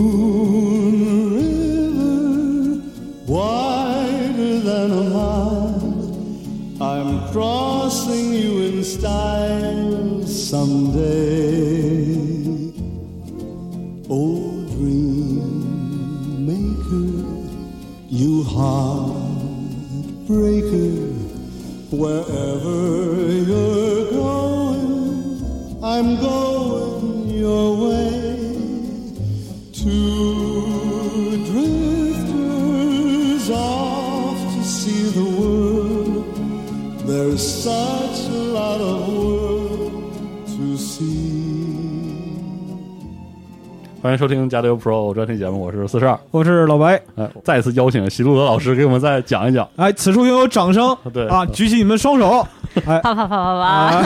Moon River, wider than a mile. I'm crossing you in style someday. Oh, dream maker, you heartbreaker, wherever you're going, I'm going your way. Two drifters off to see the world. There's such a lot of world to see. 欢迎收听《加德油 Pro》专题节目，我是四十二。我是老白。哎，再次邀请席路德老师给我们再讲 一讲。哎，此处拥有掌声，对啊，举起你们双手。哎，啪啪啪啪啪！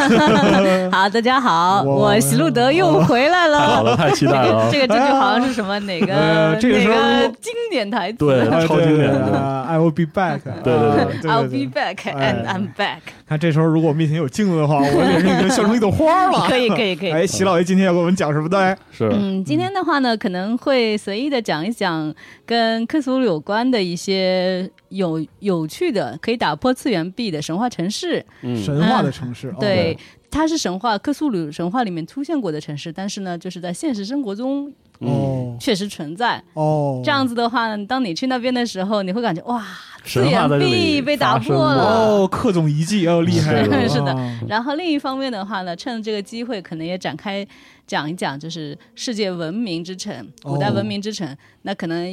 好，大家好，我席路德又回来太好了。了，太期待了啊！ 这个这句好像是什么哪个呃这个哪时候个经典台词 对 哎超经典对对对的啊！I will be back 啊。 对对对？I'll be back 哎 and I'm back。看这时候，如果我面前有镜子的话，我脸上已经笑成一朵花了。可以可以可以。哎，席老爷今天要给我们讲什么的？哎是嗯，今天的话呢，可能会随意的讲一讲跟克苏鲁有关的一些有有趣的、可以打破次元壁的神话城市。神话的城市，哦嗯对，它是神话克苏鲁神话里面出现过的城市，但是呢，就是在现实生活中嗯哦确实存在。哦，这样子的话呢，当你去那边的时候，你会感觉哇，神次话元在这里壁被打破了。哦，克总遗迹哦，厉害，是 是的啊然后另一方面的话呢，趁这个机会，可能也展开讲一讲，就是世界文明之城、古代哦文明之城。那可能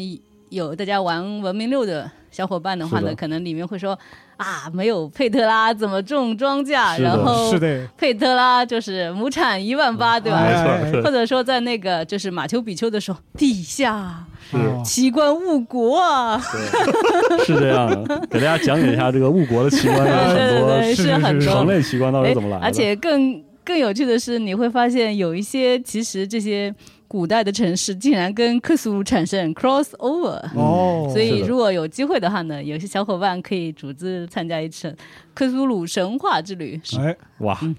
有大家玩文明六的小伙伴的话是呢，的可能里面会说啊，没有佩特拉怎么种庄稼？是的然后哦是的，佩特拉就是亩产一万八，对吧？哎没错，或是者说在那个就是马丘比丘的时候，地下嗯哦奇观误国啊，是这样的，给大家讲解一下这个误国的奇观有 对对对，很是是很多，是城多。类奇观到底哎怎么来的？而且更更有趣的是，你会发现有一些其实这些古代的城市竟然跟克苏鲁产生 crossover。哦，所以，是的如果有机会的话呢，有些小伙伴可以组织参加一次克苏鲁神话之旅。是哎，哇，嗯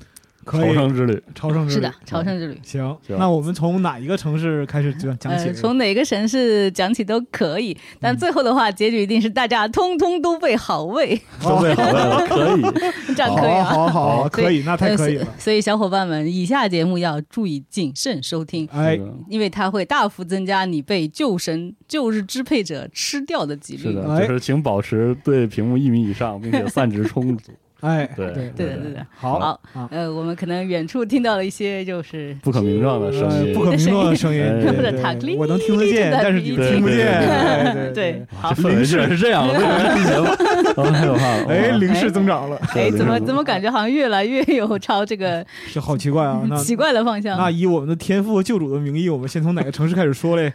可朝以圣之旅，朝圣之是旅的，朝圣之旅。行，行那我们从哪一个城市开始嗯讲讲起嗯呃，？从哪个城市讲起都可以，但最后的话，结局一定是大家通通都被好位，都哦备好 了，可以。这样好可以啊吗？好啊好啊，可以，那太呃可以所了。所以，小伙伴们，以下节目要注意谨慎收听。哎，因为它会大幅增加你被旧神旧日支配者吃掉的几率。是的，哎就是请保持对屏幕一米以上，并且散值充足，哎，对对对的，对的。好好啊，呃，我们可能远处听到了一些就是不可名状的声呃音，不可名状的 声音哎，对或者对塔克利我能听得见，在但是鼻你子听不对见。哎对 对对，，好这，氛围居然是这样的，为什么是节目？啊太可怕了！哎，哇零式增长了，哎，怎么对怎么感觉好像越来越有朝这个这好奇怪啊！那奇怪的方向？那以我们的天赋救主的名义，我们先从哪个城市开始说嘞？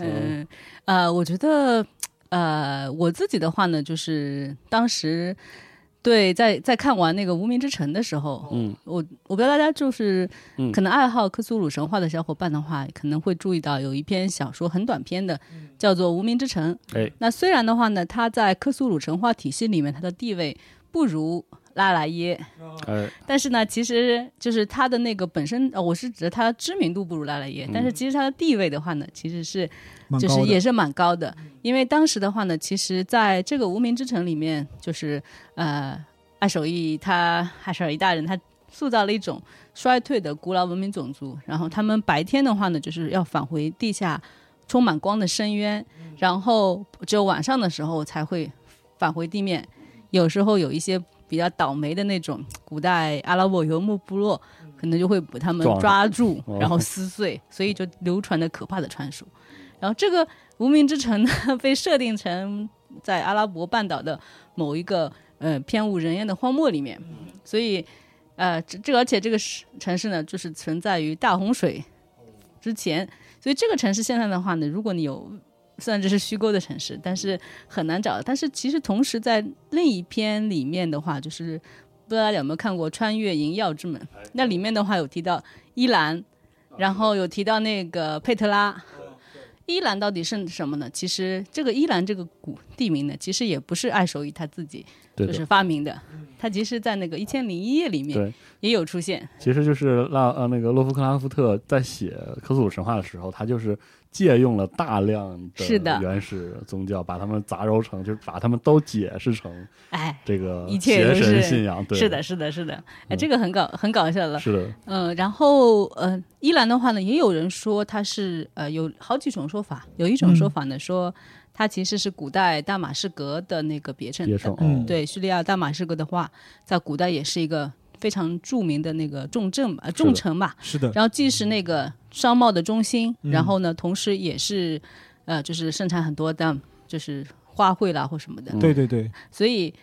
嗯，呃，我觉得，呃，我自己的话呢，就是当时对在在看完那个《无名之城》的时候，嗯，我我不知道大家就是嗯可能爱好克苏鲁神话的小伙伴的话，可能会注意到有一篇小说很短篇的，叫做《无名之城》。嗯哎，那虽然的话呢，它在克苏鲁神话体系里面它的地位不如拉莱耶，哎，但是呢，其实就是它的那个本身，呃，我是指它知名度不如拉莱嗯耶，但是其实它的地位的话呢，其实是蛮就是高的也是蛮高的，因为当时的话呢，其实在这个无名之城里面，就是呃，艾守义他艾守义大人他塑造了一种衰退的古老文明种族，然后他们白天的话呢，就是要返回地下。充满光的深渊，然后只有晚上的时候才会返回地面。有时候有一些比较倒霉的那种古代阿拉伯游牧部落，可能就会把他们撞了抓住哦，然后撕碎，所以就流传的可怕的传说。然后这个无名之城呢，被设定成在阿拉伯半岛的某一个呃偏无人烟的荒漠里面，所以呃这这而且这个是城市呢，就是存在于大洪水之前，所以这个城市现在的话呢，如果你有虽然这是虚构的城市，但是很难找。但是其实同时在另一篇里面的话，就是不知道大家有没有看过《穿越银耀之门》，那里面的话有提到伊兰，然后有提到那个佩特拉。伊兰到底是什么呢？其实这个伊兰这个古地名呢，其实也不是艾守伊他自己对就是的，发明的，他其实在那个《一千零一夜》里面对，也有出现。其实就是拉呃那个洛夫克拉夫特在写科苏鲁神话的时候，他就是借用了大量是的原始宗教，把他们杂糅成，就是把他们都解释成哎，这个一切呃邪都神是信仰。对，是的，，是的，是的，哎，嗯这个很搞很搞笑了。是的，呃，然后呃，伊兰的话呢，也有人说它是呃有好几种说法，有一种说法呢、说它其实是古代大马士革的那个别称，别称嗯哦对，叙利亚大马士革的话，在古代也是一个非常著名的那个重镇吧，呃重城吧。是的，然后既是那个商贸的中心，嗯然后呢，同时也是呃，就是盛产很多的，就是花卉啦或什么的。对对对，所以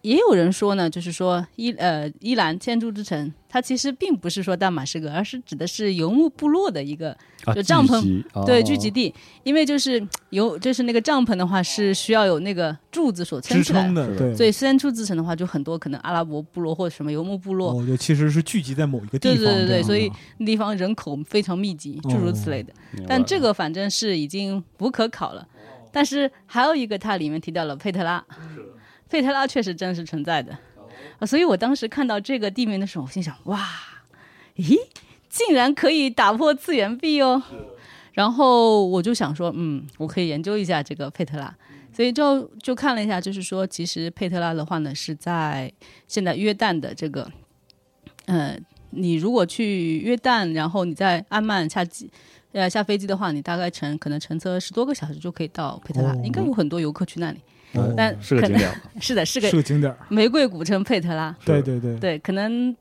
也有人说呢，就是说伊呃伊兰建筑之城，它其实并不是说大马士革，而是指的是游牧部落的一个啊，就帐篷聚集对哦聚集地，因为就是有就是那个帐篷的话是需要有那个柱子所撑支起来撑的。的，对，所以山柱之城的话，就很多可能阿拉伯部落或者什么游牧部落，哦，就其实是聚集在某一个地对方，对对这对，样所以啊那地方人口非常密集，哦诸如此类的。明白但这个反正是已经无可考了。但是还有一个，它里面提到了佩特拉，佩特拉确实真实存在的啊，所以我当时看到这个地名的时候，我心想，哇，咦，竟然可以打破次元壁哦。然后我就想说，嗯，我可以研究一下这个佩特拉，所以就就看了一下，就是说，其实佩特拉的话呢，是在现在约旦的这个，呃，你如果去约旦，然后你在安曼下机，呃，下飞机的话，你大概乘可能乘车十多个小时就可以到佩特拉，哦应该有很多游客去那里。哦但是个可景能点吧， 是的，是个是个景点儿，玫瑰古城佩特拉。对对对，对，可能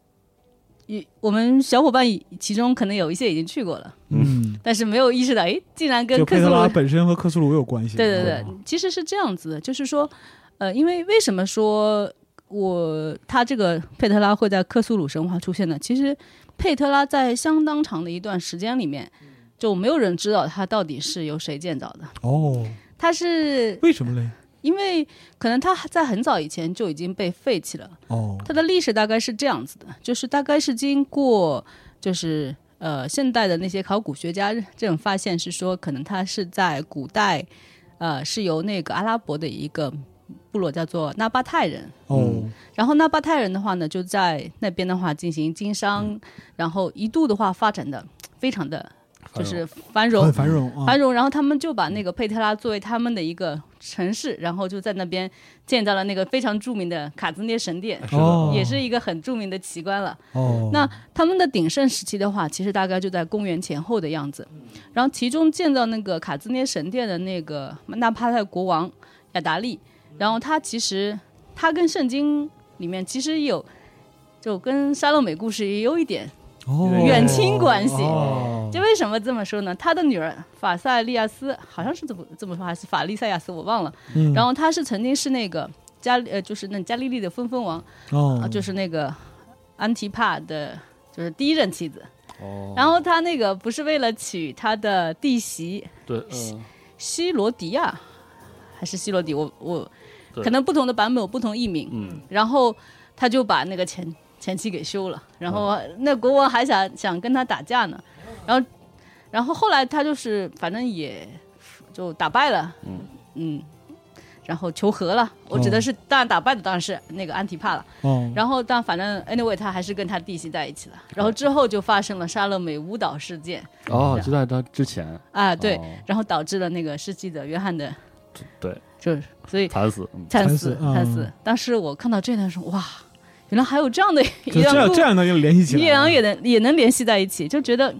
也我们小伙伴其中可能有一些已经去过了，嗯，但是没有意识到，诶，竟然 跟就克佩苏特拉鲁本身和克苏鲁有关系，对对对哦，其实是这样子的，就是说，呃，因为为什么说我他这个佩特拉会在克苏鲁神话出现呢？其实佩特拉在相当长的一段时间里面，就没有人知道它到底是由谁建造的。哦，它是为什么嘞？因为可能它在很早以前就已经被废弃了，哦，它的历史大概是这样子的，就是大概是经过就是呃现代的那些考古学家这种发现是说，可能它是在古代，呃是由那个阿拉伯的一个部落叫做纳巴泰人。哦，然后纳巴泰人的话呢，就在那边的话进行经商，然后一度的话发展的非常的就是繁荣，很繁荣啊繁，荣，然后他们就把那个佩特拉作为他们的一个城市，然后就在那边建造了那个非常著名的卡兹涅神殿，哦，也是一个很著名的奇观了。哦，那他们的鼎盛时期的话，其实大概就在公元前后的样子。然后其中建造那个卡兹涅神殿的那个纳帕泰国王雅达利，然后他其实他跟圣经里面其实有，就跟沙漏美故事也有一点哦远亲关系哦就为什么这么说呢？他的女儿法塞利亚斯好像是这么这么说，还是法利塞亚斯，我忘了。嗯然后他是曾经是那个加利呃，就是那加利利的分封王、哦啊，嗯就是那个安提帕的，就是第一任妻子。哦，然后他那个不是为了娶他的弟媳对，嗯，希罗迪亚，还是希罗底？我我对可能不同的版本有不同译名。嗯，然后他就把那个前前妻给休了，然后嗯那国王还想想跟他打架呢，然后然后后来他就是反正也就打败了，嗯然后求和了。我指的哦是当然打败的当然是那个安提帕了，哦，然后但反正 anyway 他还是跟他弟媳在一起了。然后之后就发生了莎乐美舞蹈事件哦，就在他之前，啊，对哦，然后导致了那个世纪的约翰的对，就是所以惨死，嗯，惨惨死死惨嗯死。当时我看到这段时候，哇，原来还有这样的一就这段样故这样能联系起来，岳阳也能也能联系在一起，就觉得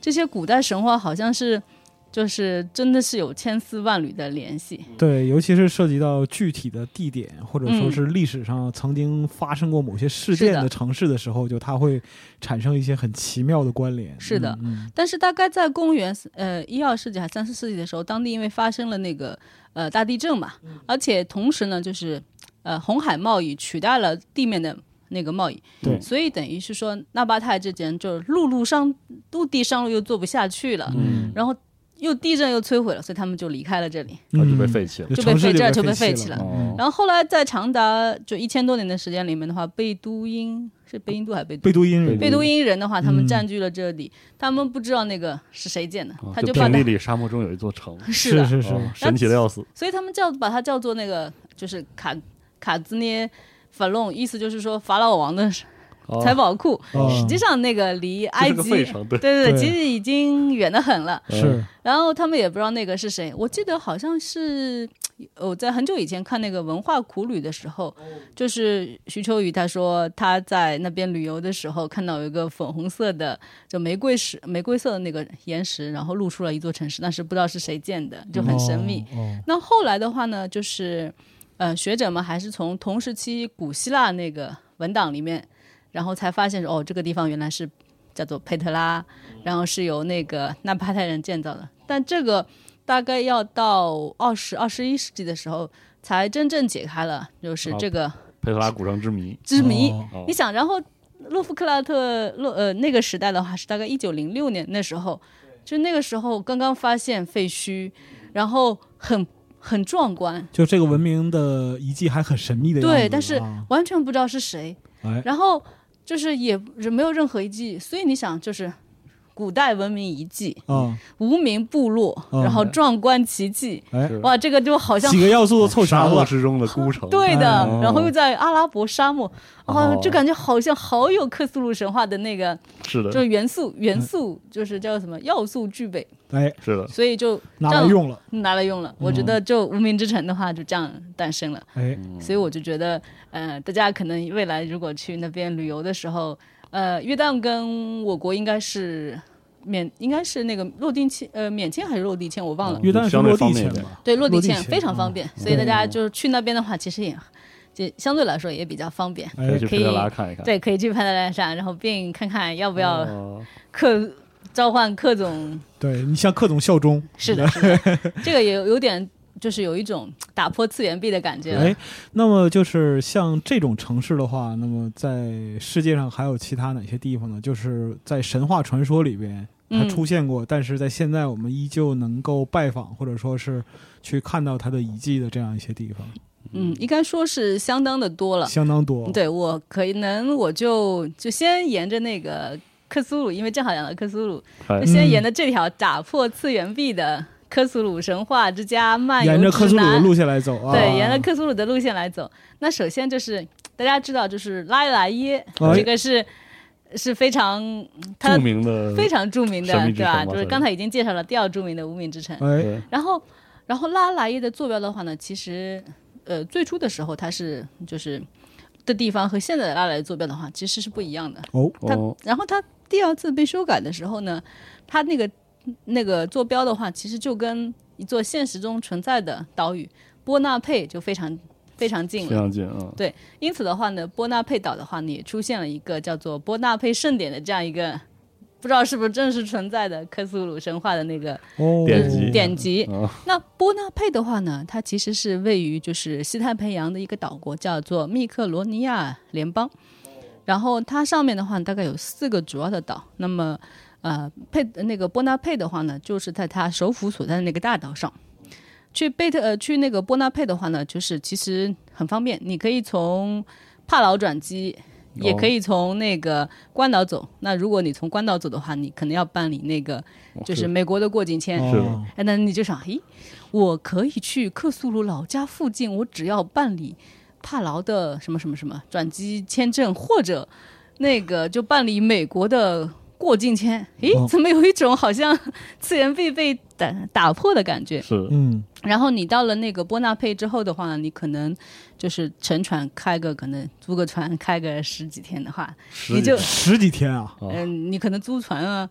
这些古代神话好像是就是真的是有千丝万缕的联系。对，尤其是涉及到具体的地点，或者说嗯是历史上曾经发生过某些事是件的的城市的时候，就它会产生一些很奇妙的关联。是的嗯，但是大概在公元呃一二世纪还是三四世纪的时候，当地因为发生了那个呃大地震嘛，而且同时呢，就是呃红海贸易取代了地面的那个贸易，对所以等于是说纳巴泰之间就是陆路上陆地商路又做不下去了，嗯，然后又地震又摧毁了，所以他们就离开了这里。嗯然后啊就被废弃了嗯。就被城市废这儿就被废废弃了嗯哦然后后来在长达就一千多年的时间里面的话，贝都因是贝因度还是贝贝都因人，贝都因人的话，他们嗯占据了这里，他们不知道那个是谁建的，哦嗯他就把平它地里沙漠中有一座城， 是是的，是是，哦神奇的要死。所以他们叫把它叫做那个就是卡卡兹涅法隆，意思就是说法老王的 哦财宝库。哦实际上，那个离埃这及是个废城对对对其实已经远得很了。是哦然后他们也不知道那个是谁，我记得好像是呃我在很久以前看那个《文化苦旅》的时候，哦就是徐秋雨他说他在那边旅游的时候看到有一个粉红色的就玫瑰石、玫瑰色的那个岩石，然后露出了一座城市，但是不知道是谁建的，就很神秘。。哦哦那后来的话呢，就是呃，学者们还是从同时期古希腊那个文档里面，然后才发现说，哦，这个地方原来是叫做佩特拉，然后是由那个纳帕泰人建造的。但这个大概要到二十二十一世纪的时候，才真正解开了，就是这个佩特拉古城之谜，之谜。哦哦你想，然后洛夫克拉特洛呃那个时代的话是大概一九零六年那时候，就那个时候刚刚发现废墟，然后很很壮观，就这个文明的遗迹还很神秘的样子啊。对，但是完全不知道是谁，哎，然后就是也是没有任何遗迹，所以你想就是。古代文明遗迹、啊，无名部落，嗯然后壮观奇迹，哎，是哇，这个就好像几个要素都凑齐沙 漠了。之中的孤城。对的，哎然后又在阿拉伯沙漠，啊，哦就感觉好像好有克苏鲁神话的那个，是就是的，元素嗯元素就是叫什么要素具备，哎，是的。所以就拿来用嗯了。拿来用了。我觉得就无名之城的话就这样诞生了。哎，嗯所以我就觉得，呃，大家可能未来如果去那边旅游的时候，呃，约旦跟我国应该是免，应该是那个落地签，呃，免签还是落地签，我忘了。约旦是相对落方地便一签点吧？对，落地嗯落地签签嗯非常方便，所以大家就是去那边的话，其实也就相对来说也比较方便。可哎以去呃可佩特拉以看一看。对，可以去潘德拉山，然后并看看要不要哦克召唤克总对你向克总效忠。是 的，是的，这个也有有点就是有一种打破次元壁的感觉了。哎，那么就是像这种城市的话，那么在世界上还有其他哪些地方呢？就是在神话传说里边它嗯出现过，但是在现在我们依旧能够拜访或者说是去看到它的遗迹的这样一些地方，嗯，应该说是相当的多了。相当多。对我可能我就就先沿着那个克苏鲁，因为正好讲到克苏鲁，哎就嗯先沿着这条打破次元壁的克苏鲁神话之家漫游沿着克苏鲁指的南路线来走啊，对，沿着克苏鲁的路线来走。那首先就是大家知道，就是拉伊莱耶，哎这个是是非常它著名的非常著名的神秘，之对吧？城吧就是算刚才已经介绍了第二著名的无名之城。哎，对然后，然后拉莱耶的坐标的话呢，其实呃最初的时候它是就是的地方和现在的拉莱耶坐标的话其实是不一样的。哦，它、哦然后它第二次被修改的时候呢，它那个那个坐标的话，其实就跟一座现实中存在的岛屿波纳佩就非常非常近非了。常近啊。对，因此的话呢，波纳佩岛的话呢，也出现了一个叫做波纳佩盛典的这样一个，不知道是不是真实存在的克苏鲁神话的那个哦，典籍典籍。啊，嗯那波纳佩的话呢，它其实是位于就是西太平洋的一个岛国，叫做密克罗尼亚联邦。然后它上面的话大概有四个主要的岛，那么呃佩那个波纳佩的话呢，就是在它首府所在的那个大岛上。去贝特呃去那个波纳佩的话呢，就是其实很方便，你可以从帕劳转机。也可以从那个关岛走。那如果你从关岛走的话，你可能要办理那个就是美国的过境签。哦是的哎，那你就想，咦，我可以去克苏鲁老家附近，我只要办理帕劳的什么什么什么转机签证，或者那个就办理美国的过境签。哦咦，怎么有一种好像次元壁被打打破的感觉？是嗯，然后你到了那个波纳佩之后的话，你可能就是乘船开个，可能租个船开个十几天的话，十你几就十几天啊，哦嗯、你可能租船啊，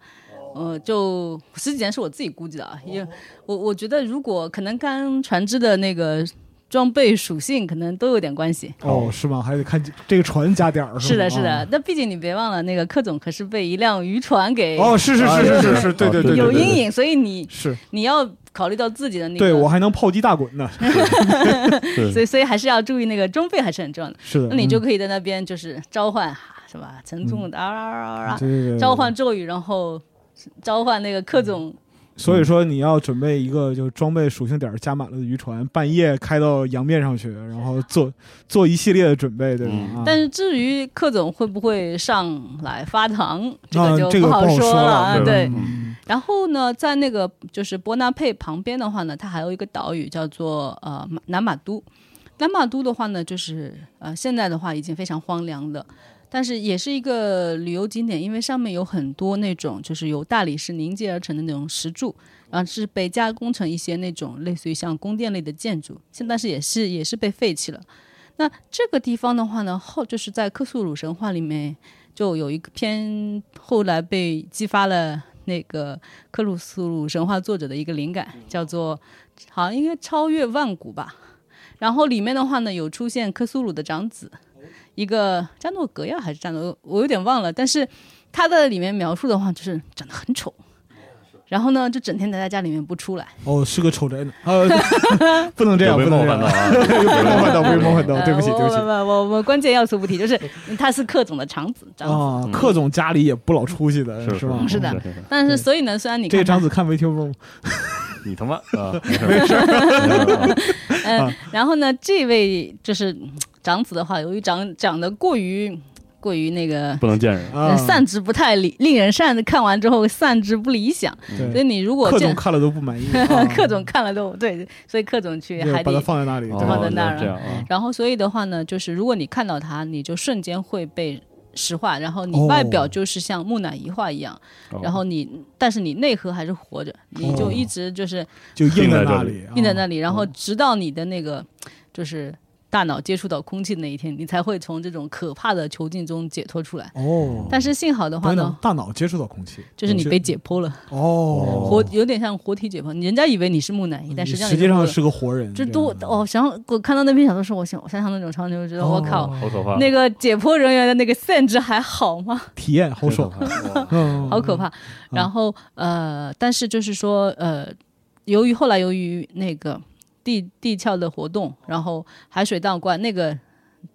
哦、呃，就十几年是我自己估计的啊，哦因为我我觉得如果可能跟船只的那个装备属性可能都有点关系。哦，是吗？还得看这个船加点儿，是吗的，是啊的，但毕竟你别忘了，那个柯总可是被一辆渔船给哦，是是是是哎是是，对对对，对有对阴影，所以你是，你要考虑到自己的那个，对我还能炮击大滚呢，所以所以还是要注意那个装备还是很重要的。是的，那你就嗯可以在那边就是召唤什么沉重的啊啊啊啊啊，对对嗯对召唤咒语，然后召唤那个克总，所以说你要准备一个就是装备属性点儿加满了的渔船，半夜开到洋面上去，然后做做一系列的准备，对吧？嗯啊但是至于克总会不会上来发糖，这啊个就这个好不好说说了啊。对对，然后呢，在那个就是波纳佩旁边的话呢，它还有一个岛屿叫做呃马南马都。南马都的话呢，就是呃现在的话已经非常荒凉了。但是也是一个旅游景点，因为上面有很多那种就是由大理石凝结而成的那种石柱，然后是被加工成一些那种类似于像宫殿类的建筑，现但是也是也是被废弃了。那这个地方的话呢，后就是在克苏鲁神话里面就有一个篇，后来被激发了那个克鲁苏鲁神话作者的一个灵感，嗯叫做好像应该超越万古吧。然后里面的话呢，有出现克苏鲁的长子，哦一个加诺格亚还是加诺，我有点忘了。但是他在里面描述的话，就是长得很丑，然后呢，就整天待在家里面不出来。哦，是个丑宅 男，呃， 不能这样，有不被能冒这犯样到，啊，被冒犯到，被冒犯到，呃哦对不起，我对不起我。我我我关键要素不提，就是他是克总的长子，长子。啊，克总家里也不老出息的， 嗯是吧？是的但是所以呢，虽然你这个看他长子看没听过吗？你他妈 啊，没事没事啊，嗯，然后呢，这位就是嗯长子的话，由于长长得过于过于那个。 不能见 人，啊，呃散之不太理，令人善看完之后散之不理想，所以对，你如果克见总嗯看了都不满 意，克总看了都对，所以克总去就海把底它放在那里，哦对吧放在那儿啊这样啊，然后，所以的话呢，就是如果你看到它，你就瞬间会被石化，然后你哦外表就是像木乃伊化一样，然后你，但是你内核还是活着，你哦就一直就是就硬在那硬里，啊印在那里，然后直到你的那个就是大脑接触到空气的那一天，你才会从这种可怕的囚禁中解脱出来。哦，但是幸好的话等等呢，，大脑接触到空气，就是你被解剖了，哦，活有点像活体解剖，人家以为你是木乃伊，但你实际上实际上你是个嗯活人，就这多样哦，想我看到那篇小说时候，我想我想想那种场景，我觉得我靠。哦好可怕，那个解剖人员的那个限制还好吗？体验真好可爽，怕， 哇嗯，好可啊怕。然后呃，但是就是说呃，由于后来由于那个地地壳的活动，然后海水倒灌，那个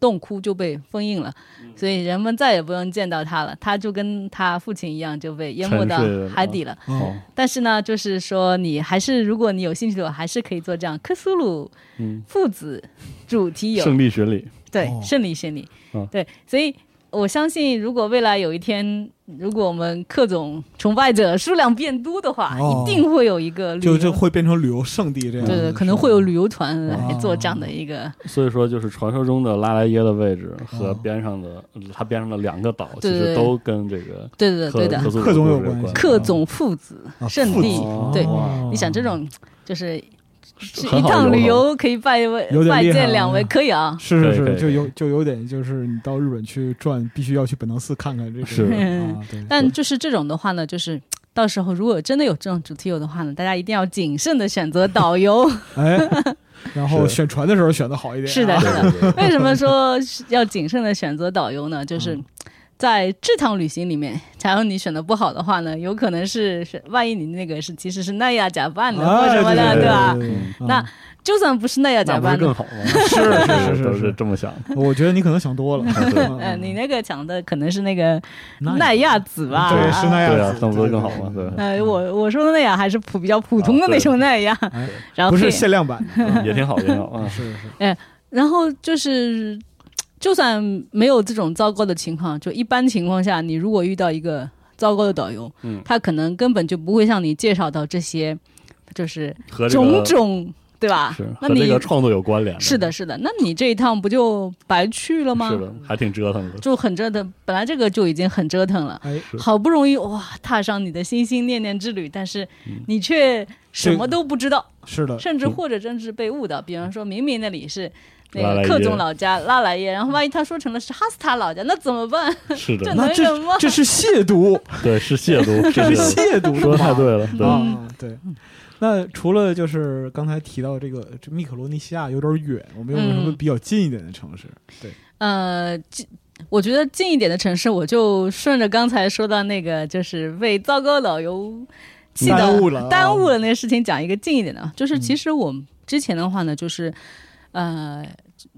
洞窟就被封印了，嗯所以人们再也不能见到它了。它就跟他父亲一样，就被淹没到沉睡了啊海底了。哦，但是呢，就是说你还是如果你有兴趣的话，还是可以做这样科苏鲁嗯父子主题游。胜利巡礼，对，哦胜利胜利，嗯对，所以我相信，如果未来有一天，如果我们克总崇拜者数量变多的话，哦一定会有一个旅游，就这会变成旅游胜地这样，对对，是吧可能会有旅游团来哦做这样的一个，所以说就是传说中的拉莱耶的位置和哦边上的它边上的两个岛，其对对实对都跟这个对对克对对的，苏鲁克总有故事关系克总父子啊圣父子地，哦对哦你想这种就是。是很一好趟游旅啊游可以拜位有点厉害啊拜见两位，可以啊，是可以是可是，以就有就有点就是你到日本去转，必须要去本能寺看看这个。是 啊，对。但就是这种的话呢，就是到时候如果真的有这种主题游的话呢，大家一定要谨慎的选择导游。哎， 然后是选船的时候选的好一点。 是的，啊是的。为什么说是要谨慎的选择导游呢？就是在这趟旅行里面，假如你选的不好的话呢，有可能是选，万一你那个是其实是奈亚假扮的或啊，者什么的，对吧？对对对嗯对那就算不是奈亚那假不是扮的更，好吗？ 是是是都是是是，这么想的， 我觉得你可能想多 了。呃，嗯你那个讲的可能是那个那奈亚子吧？对哎是那样对子啊，，那不是更好吗？对对，对呃，我我说的奈亚还是普比较普通的那种奈亚啊哎，然 后不是配限量版 的。嗯也挺好，也挺好啊。 是是是，然后就是，就算没有这种糟糕的情况，就一般情况下，你如果遇到一个糟糕的导游，嗯他可能根本就不会向你介绍到这些，就是和这种个种，对吧是？那和这你个创作有关联的，是的，是的，那你这一趟不就白去了吗？是的，还挺折腾的。就很折腾，本来这个就已经很折腾了。哎，好不容易哇，踏上你的心心念念之旅，但是嗯你却什么都不知道，是的，甚至或者甚至被误导。比方说，明明那里是那拉莱个耶克总老家拉莱耶，然后万一他说成了是哈斯塔老家，那怎么办？是的这，那能这忍吗这是亵渎， 对，是亵渎，这是亵亵渎，说的太对嗯了，对，啊，对。那除了就是刚才提到这个，这密克罗尼西亚有点远，我们有没有什么嗯比较近一点的城市？呃，近我觉得近一点的城市，我就顺着刚才说到那个，就是被糟糕导游气的耽误了啊耽误了那个事情，讲一个近一点的啊，就是其实我们之前的话呢，就是呃。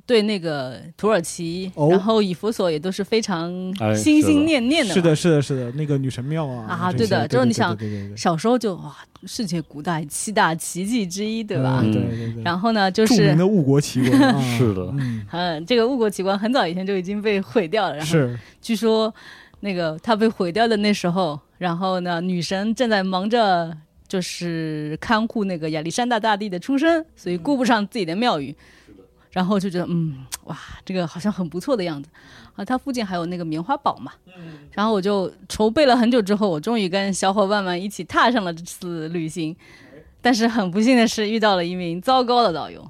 对那个土耳其，哦然后以弗所也都是非常哎心是的心念念的嘛、是的，是的，是的，那个女神庙啊，啊这对些的就是你想对对对对对小时候就哇，世界古代七大奇迹之一，对吧？嗯嗯对对对。然后呢，就著名是的误国奇 观，啊是的嗯，嗯，这个误国奇观很早以前就已经被毁掉了。然后是据说那个它被毁掉的那时候，然后呢，女神正在忙着就是看护那个亚历山大大帝的出生，所以顾不上自己的庙宇。然后就觉得，嗯，哇，这个好像很不错的样子啊！它附近还有那个棉花堡嘛，然后我就筹备了很久之后，我终于跟小伙伴们一起踏上了这次旅行。但是很不幸的是，遇到了一名糟糕的导游，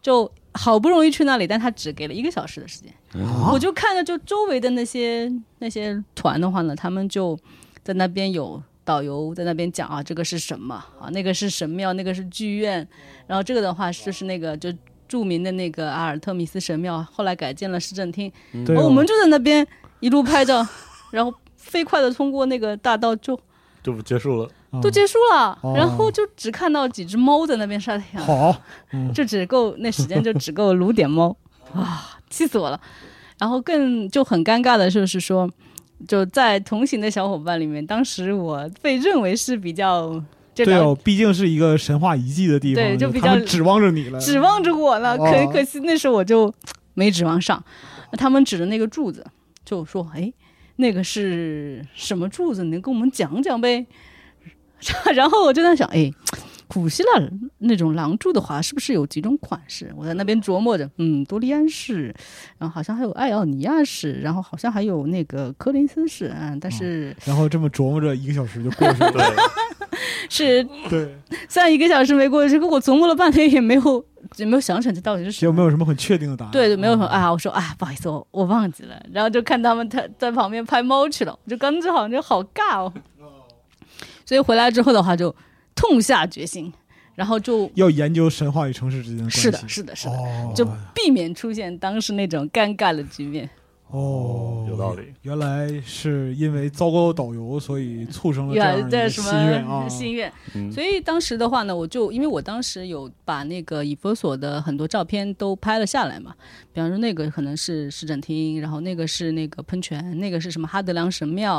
就好不容易去那里，但他只给了一个小时的时间。啊我就看着就周围的那些那些团的话呢，他们就在那边有导游在那边讲啊，这个是什么啊，那个是神庙，那个是剧院，然后这个的话就是那个就著名的那个阿尔特弥斯神庙，后来改建了市政厅。对然哦后我们就在那边一路拍照， 然后飞快的通过那个大道就就不结束了。都结束了，啊哦然后就只看到几只猫在那边晒太阳。好，就只够那时间就只够撸 点猫啊，气死我了。然后更就很尴尬的就是说，就在同行的小伙伴里面，当时我被认为是比较这对两哦，毕竟是一个神话遗迹的地方，对就比他们较指望着你了，指望着我了，嗯哦可可惜那时候我就没指望上。他们指着那个柱子就说：“哎，那个是什么柱子？你能跟我们讲讲呗？” 然后我就在想，哎，古希腊那种廊柱的话，是不是有几种款式？我在那边琢磨着，嗯，多利安式，然后好像还有艾奥尼亚式，然后好像还有那个柯林斯式，嗯，但是然后这么琢磨着一个小时就过去 了，是对，虽然一个小时没过去，可我琢磨了半天也没有也没有想起来这到底是什也么没。有什么很确定的答案，对，就没有说啊，啊，我说啊，不好意思，我我忘记了，然后就看他们他在旁边拍猫去了，我就刚正好就好尬哦， 所以回来之后的话就痛下决心，然后就要研究神话与城市之间的关系，是的，是的，是的，哦，就避免出现当时那种尴尬的局面。哦，有道理。原来是因为糟糕的导游，所以促成了这样远的在一个什心愿么啊， 心愿？嗯所以当时的话呢，我就因为我当时有把那个以弗所的很多照片都拍了下来嘛，比方说那个可能是市政厅，然后那个是那个喷泉，那个是什么哈德良神庙，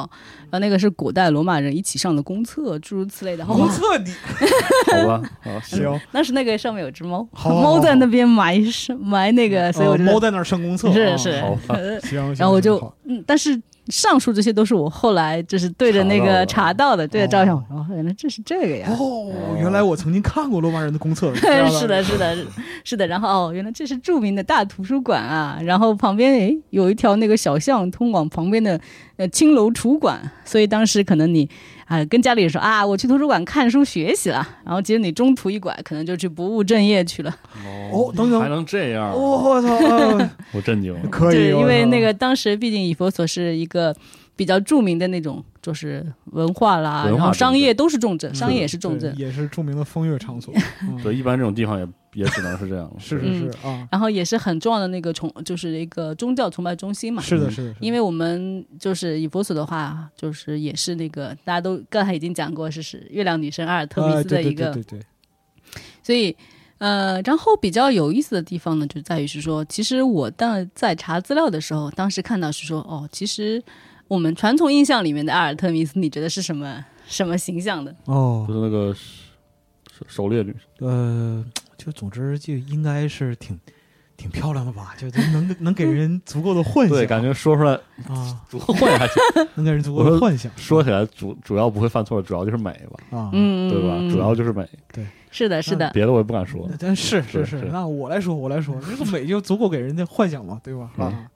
然后那个是古代罗马人一起上的公厕，诸如此类的。然后公哇测你哦好吧，好，行， 当时那个上面有只猫，好好猫在那边埋是埋那个， 所以我呃就、猫在那儿上公厕，啊是是好，行，行然后我行就好嗯，但是上述这些都是我后来就是对着那个查查到的，对着照相，哦然后原来这是这个呀。哦，原来我曾经看过罗马人的公厕，对， 是的，是的，是的。然后哦，原来这是著名的大图书馆啊。然后旁边诶有一条那个小巷通往旁边的呃青楼图馆，所以当时可能你啊、跟家里人说啊我去图书馆看书学习了，然后结果你中途一拐，可能就去不务正业去了。哦，等还等，能这样，哦我操， 啊我震惊 了。可以，对，因我为操那个当时毕竟以佛所是一个比较著名的那种，就是文化啦，文化然后商重镇业都是重镇，商业也是重对镇。也是著名的风月场所，嗯对，一般这种地方也也只能是这样了。是是是啊，然后也是很重要的那个崇，就是一个宗教崇拜中心嘛。啊是的，是的，嗯因为为我们就是以佛所的话，就是也是那个大家都刚才已经讲过，是是月亮女神阿尔特弥斯的一个，啊哎对对对，所以呃，然后比较有意思的地方呢，就在于是说，其实我当在查资料的时候，当时看到是说，哦，其实我们传统印象里面的阿尔特弥斯，你觉得是什么什么形象的？哦不，是那个狩狩猎女神，呃，就总之就应该是挺挺漂亮的吧，就就能能给人足够的幻想，对，感觉说出来啊，主会还行，能给人足够的幻想说起来主主要不会犯错，主要就是美吧，啊，嗯，对吧？主要就是美，是的，是的，别的我也不敢说。但是是是是那我来说，我来说，这个美就足够给人家幻想嘛，对吧？嗯啊，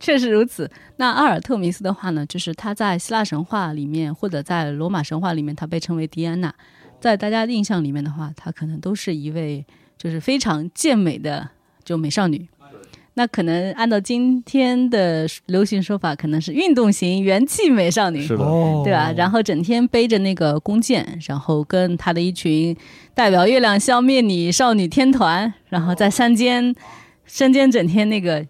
确实如此。那阿尔特弥斯的话呢，就是她在希腊神话里面，或者在罗马神话里面，她被称为狄安娜。在大家的印象里面的话，她可能都是一位就是非常健美的，就美少女。那可能按照今天的流行说法，可能是运动型元气美少女，是的，哦，对吧？然后整天背着那个弓箭，然后跟他的一群代表月亮消灭你少女天团，然后在山间，山间整天那个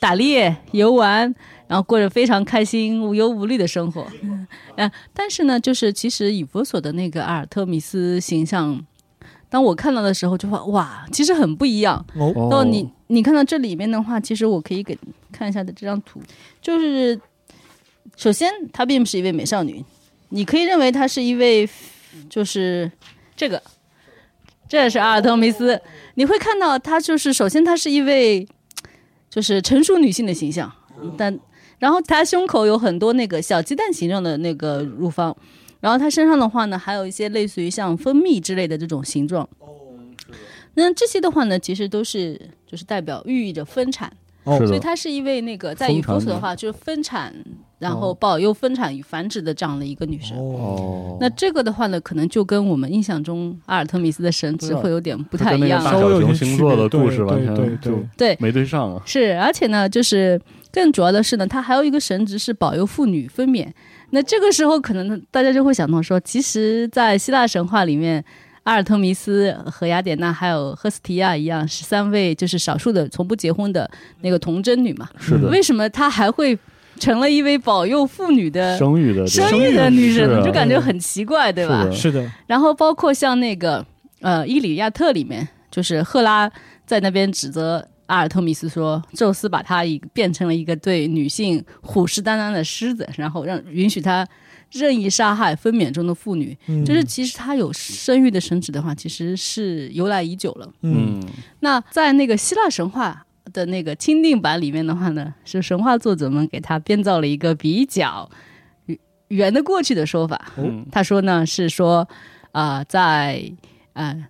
打猎游玩，然后过着非常开心无忧无虑的生活。嗯、啊，但是呢，就是其实以弗所的那个阿尔特弥斯形象，当我看到的时候就说哇，其实很不一样。哦，到你你看到这里面的话，其实我可以给看一下的这张图，就是首先她并不是一位美少女，你可以认为她是一位，就是这个，这是阿尔特弥斯，你会看到她就是首先她是一位就是成熟女性的形象，但然后她胸口有很多那个小鸡蛋形状的那个乳房。然后她身上的话呢，还有一些类似于像蜂蜜之类的这种形状，那这些的话呢，其实都是就是代表寓意着分产，哦是所以的，它是一位那个在分以产弗所的女话就是分产，然后保佑分产与繁殖的这样的一个女神。哦，哦，那这个的话呢，可能就跟我们印象中阿尔特弥斯的神对只啊会有点不不太一样大稍微小有熊些星区座别的故对事完对对全对就对，没对上啊，是，而且呢，就是更主要的是呢，它还有一个神职是保佑妇女分娩。那这个时候，可能大家就会想到说，其实，在希腊神话里面，阿尔特弥斯和雅典娜还有赫斯提亚一样，是三位就是少数的从不结婚的那个童贞女嘛。是的，为什么她还会成了一位保佑妇女的生育的这呃生种育的女神是呢？啊就感觉很奇怪，对吧？是的是的，然后包括像那个呃《伊里亚特》里面，就是赫拉在那边指责阿尔特弥斯说，宙斯把她一变成了一个对女性虎视眈眈的狮子，然后让允许她任意杀害分娩中的妇女。嗯就是其实她有生育的神旨的话，其实是由来已久了。嗯，嗯，那在那个希腊神话。的那个钦定版里面的话呢，是神话作者们给他编造了一个比较圆得过去的说法。嗯他说呢是说，啊、在呃，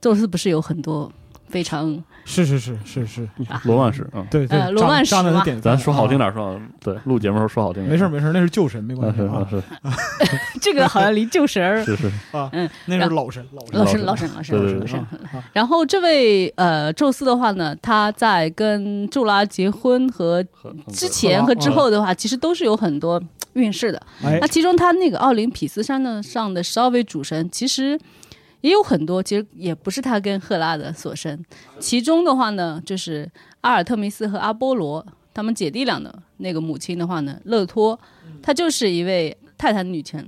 宙斯不是有很多非常 是是是是是，罗曼史啊，对对呃，罗曼史渣男的嘛典范，咱说好听啊，点儿说好听，对，录节目时候说好听点儿，没事儿没事儿，那是旧神，没啊关系是啊啊，是这个好像离旧神儿是是，那是老神老神。老神老老神老神对老对嗯神老对神啊。啊然后这位呃宙斯的话呢，他在跟宙拉结婚和很很嗯之前和之后的话，其实都是有很多运势的。哎那，其中他那个奥林匹斯山的上的十二位主神，其实也有很多，其实也不是他跟赫拉的所生。其中的话呢，就是阿尔特弥斯和阿波罗他们姐弟俩的那个母亲的话呢，勒托，她就是一位泰坦女神。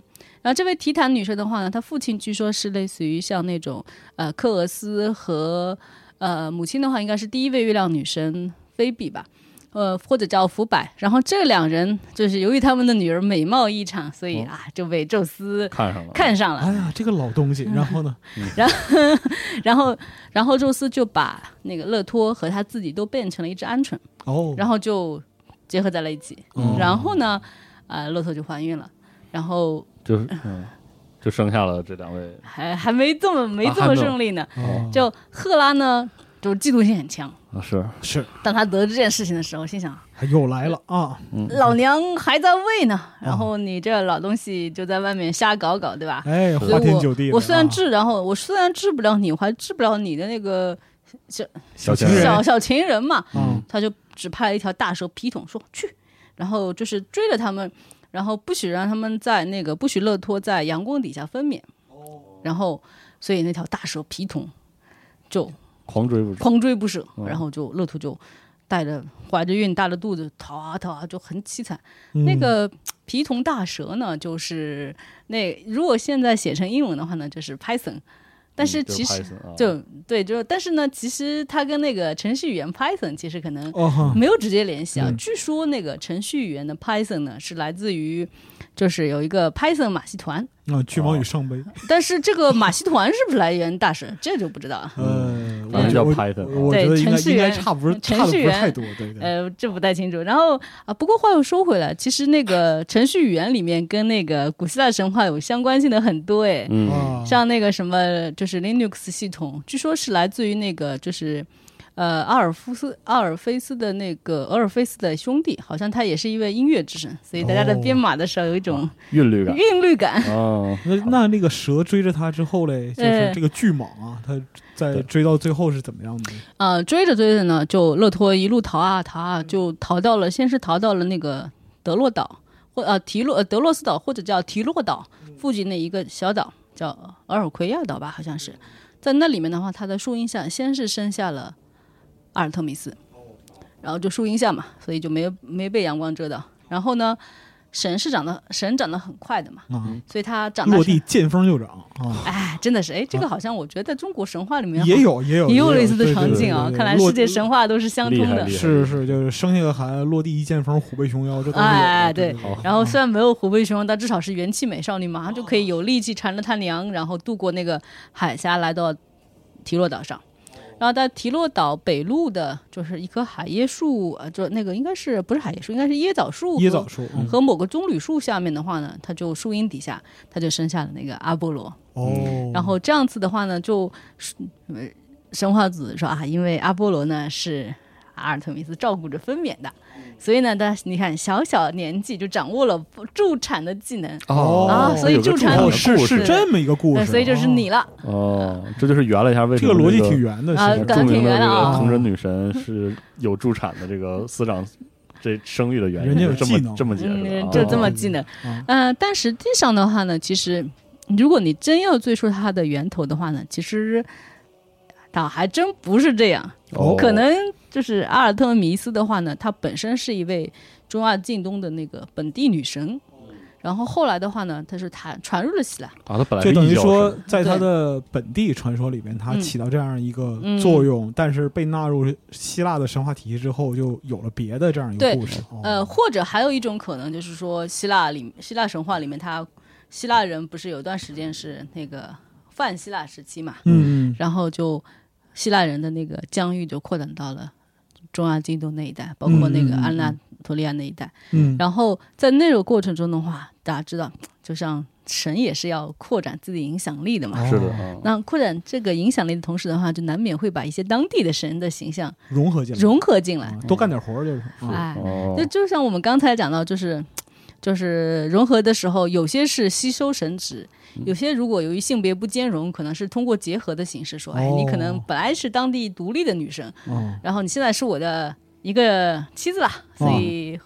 然后这位提坦女神的话呢，她父亲据说是类似于像那种呃克俄斯和呃母亲的话，应该是第一位月亮女神菲比吧。呃，或者叫福柏。然后这两人就是由于他们的女儿美貌异常，所以啊就被宙斯看上了，看上了。哦哎呀，这个老东嗯西，然后呢，然后，然后宙斯就把那个勒托和他自己都变成了一只鹌鹑，哦，然后就结合在了一起。嗯然后呢，啊、勒托就怀孕了。然后就是嗯，就剩下了这两位，还还没这么没啊这还么没有顺利呢，哦嗯就赫拉呢，就是嫉妒心很强。啊是是当他得知这件事情的时候，心想：又来了啊，嗯老娘还在喂呢，然后你这老东西就在外面瞎搞搞，对吧？哎，所以花天酒地的啊。我。我虽然治，然后我虽然治不了你，我还治不了你的那个小情情人小小情人嘛，嗯他就只派了一条大蛇皮桶说去，然后就是追着他们，然后不许让他们在那个不许勒托在阳光底下分娩。哦然后，所以那条大蛇皮桶就狂追不住，狂追不舍，嗯然后就勒托就带着怀着孕大着肚子逃啊逃啊，就很凄惨。嗯那个皮童大蛇呢，就是那如果现在写成英文的话呢，就是 Python，但是嗯就其实 Python，啊就对，就但是呢，其实它跟那个程序语言 Python 其实可能哦哈，没有直接联系啊。嗯据说那个程序语言的 Python 呢，是来自于就是有一个 Python 马戏团，啊，巨哦蟒与圣杯，但是这个马戏团是不是来源大蛇，这就不知道啊。呃，嗯反正叫啊我觉 Python 我我对觉得应该程序应该员差不是程差的不序是员太多，对对。呃，这不太清楚。然后啊，不过话又说回来，其实那个程序语言里面跟那个古希腊神话有相关性的很多诶，嗯啊，像那个什么就是 Linux 系统，据说是来自于那个就是。呃，阿尔夫斯阿尔菲斯的那个俄尔菲斯的兄弟，好像他也是一位音乐之神，所以大家在哦编码的时候有一种韵律感韵律感。啊，那那那个蛇追着他之后嘞，就是哎这个巨蟒啊，它在追到最后是怎么样的？呃，追着追着呢，就勒托一路逃啊逃啊，嗯就逃到了，先是逃到了那个德洛岛，或呃提洛呃德洛斯岛或者叫提洛岛嗯附近的一个小岛，叫额尔奎亚岛吧，好像嗯是，在那里面的话，它的树荫下先是生下了阿尔特弥斯，哦然后就树荫下嘛，所以就没没被阳光遮到。然后呢，神是长得神长得很快的嘛，嗯啊，所以它长大落是地，见风就长啊，哎，真的是哎，这个好像我觉得在中国神话里面也有也有也有有类似的场景对对对啊，对对看来落世界神话都是相通厉害的厉。害是是就是生下个孩子落地一见风虎背熊腰，这都是有的哎对对对然后虽然没有虎背熊，但至少是元气美少女，马上就可以有力气缠着她娘，然后渡过那个海峡，来到提洛岛上。然后在提洛岛北路的，就是一棵海椰树，呃，就那个应该是不是海椰树，应该是椰枣树和，椰枣树嗯和某个棕榈树下面的话呢，它就树荫底下，它就生下了那个阿波罗。嗯哦，然后这样子的话呢，就呃神话组织说啊，因为阿波罗呢是阿尔特弥斯照顾着分娩的，嗯所以呢，他你看小小年纪就掌握了助产的技能，哦啊所以有个助产故哦有事是是这么一个故那事，所以就是你哦了。哦，这就是圆了一下为什这么个逻辑这个挺圆的，啊其实感著觉名哦的这挺圆的个啊童真女神是有助产的这个司长这生育的原因，人家有这技能么这么解释的嗯嗯啊，，就这么技能。呃，但实际上的话呢，其实如果你真要追溯它的源头的话呢，其实倒还真不是这样。哦可能就是阿尔特弥斯的话呢，她本身是一位中亚近东的那个本地女神，哦然后后来的话呢，她是她传入了希腊。啊，他本来就等于异教说是吧，在它的本地传说里边，它嗯起到这样一个嗯作用，但是被纳入希腊的神话体系之后，就有了别的这样一个对故事。哦呃，或者还有一种可能就是说，希腊里希腊神话里面它，希腊人不是有段时间是那个泛希腊时期嘛，嗯，然后就希腊人的那个疆域就扩展到了中亚近东那一带，包括那个嗯嗯嗯安纳托利亚那一带。嗯，然后在那个过程中的话，大家知道，就像神也是要扩展自己影响力的嘛。是的哦啊，那扩展这个影响力的同时的话，就难免会把一些当地的神的形象融合进来，融合进来啊。多干点活儿就是。啊哎，哦就就像我们刚才讲到，就是就是融合的时候，有些是吸收神职，有些如果由于性别不兼容，可能是通过结合的形式说，哎，你可能哦本来是当地独立的女生，哦，然后你现在是我的一个妻子啦，所以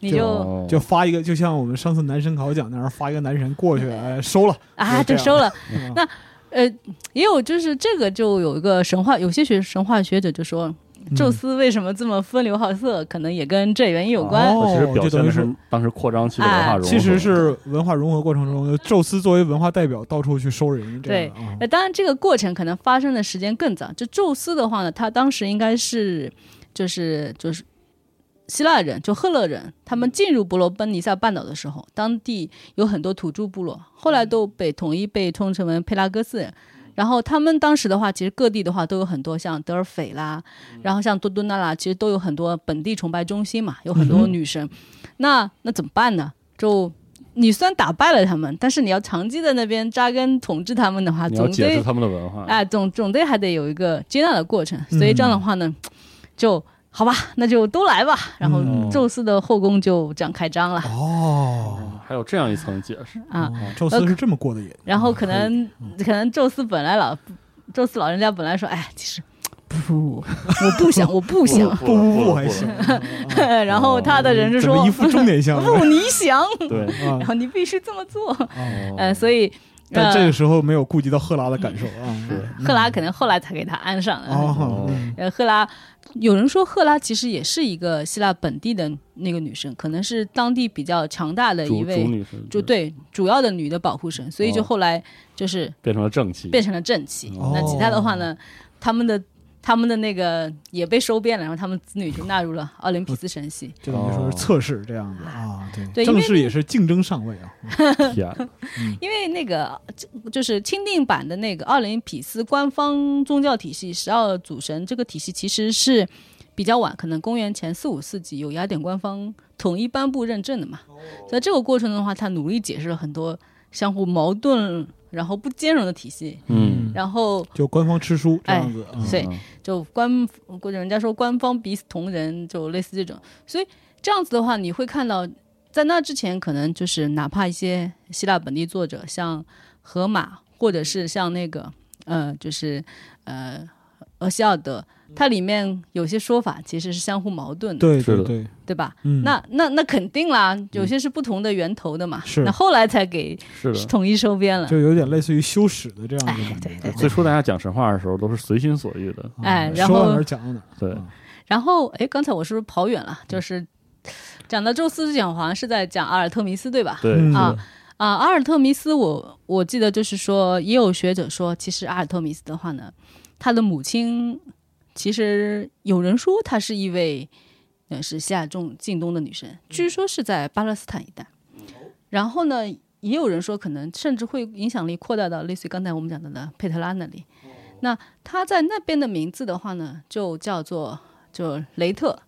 你就、哦就发一个，就像我们上次男神考讲那样，发一个男神过去，哎，收了啊，就就这样嗯收了。那呃，也有就是这个就有一个神话，有些学神话学者就说。宙斯为什么这么风流好色？可能也跟这原因有关。哦其实表就现等于的是是当时扩张期的文化哎融合，其实是文化融合过程中，宙斯作为文化代表到处去收人，这样的啊呃，当然这个过程可能发生的时间更早。就宙斯的话呢，他当时应该是就是就是希腊人，就赫勒人，他们进入伯罗奔尼撒半岛的时候，当地有很多土著部落，后来都被统一被统称为佩拉戈斯人。然后他们当时的话，其实各地的话都有很多像德尔斐啦，嗯然后像多敦纳啦，其实都有很多本地崇拜中心嘛，嗯有很多女神。那那怎么办呢？就你虽然打败了他们，但是你要长期在那边扎根统治他们的话，你要总解得释他们的文化，啊，总总得还得有一个接纳的过程，所以这样的话呢，就好吧，那就都来吧。然后嗯宙斯的后宫就这样开张了、哦，还有这样一层解释，啊。宙斯是这么过的瘾。然后嗯可能可能宙斯本来老宙斯老人家本来说，哎，其实不，我不想，我不想。不不不还行，然后他的 人就嗯哦怎么说一，副重点相了 不，你想，对，啊然后你必须这么做。哦呃，所以但呃这个时候没有顾及到赫拉的感受啊。赫拉可能后来才给他安上了。哦，呃，赫拉，有人说赫拉其实也是一个希腊本地的那个女神，可能是当地比较强大的一主主位，女神就对主要的女的保护神，所以就哦后来就是变成了正气，变成了正妻。那其他的话呢，他们的他们的那个也被收编了，然后他们子女就纳入了奥林匹斯神系。就等于哦说是测试这样子啊，对，对因正为式也是竞争上位啊。天 啊，因为那个就就是钦定版的那个奥林匹斯官方宗教体系十二主神这个体系其实是比较晚，可能公元前四五世纪有雅典官方统一颁布认证的嘛。在这个过程中的话，他努力解释了很多相互矛盾然后不兼容的体系，嗯，然后就官方吃书哎这样子，嗯所以就官或者人家说官方彼此同仁，就类似这种。所以这样子的话，你会看到，在那之前，可能就是哪怕一些希腊本地作者，像荷马，或者是像那个呃，就是呃俄西奥德，它里面有些说法其实是相互矛盾的，对是对的对，对吧？嗯，那那那肯定啦，有些是不同的源头的嘛，是那后来才给是的。统一收编了。就有点类似于修史的这样哎的感，觉。对对对最初大家讲神话的时候都是随心所欲的，啊哎然说到后哪儿讲到哪儿，对啊然后，哎，刚才我是不是跑远了？就是讲到宙斯讲好像是在讲阿尔特弥斯，对吧？对嗯是啊的，啊，阿尔特弥斯我，我记得就是说，也有学者说，其实阿尔特弥斯的话呢，他的母亲其实有人说她是一位，呃，是西亚中近东的女神，据说是在巴勒斯坦一带。然后呢，也有人说，可能甚至会影响力扩大到类似于刚才我们讲到的佩特拉那里。那她在那边的名字的话呢，就叫做就雷特。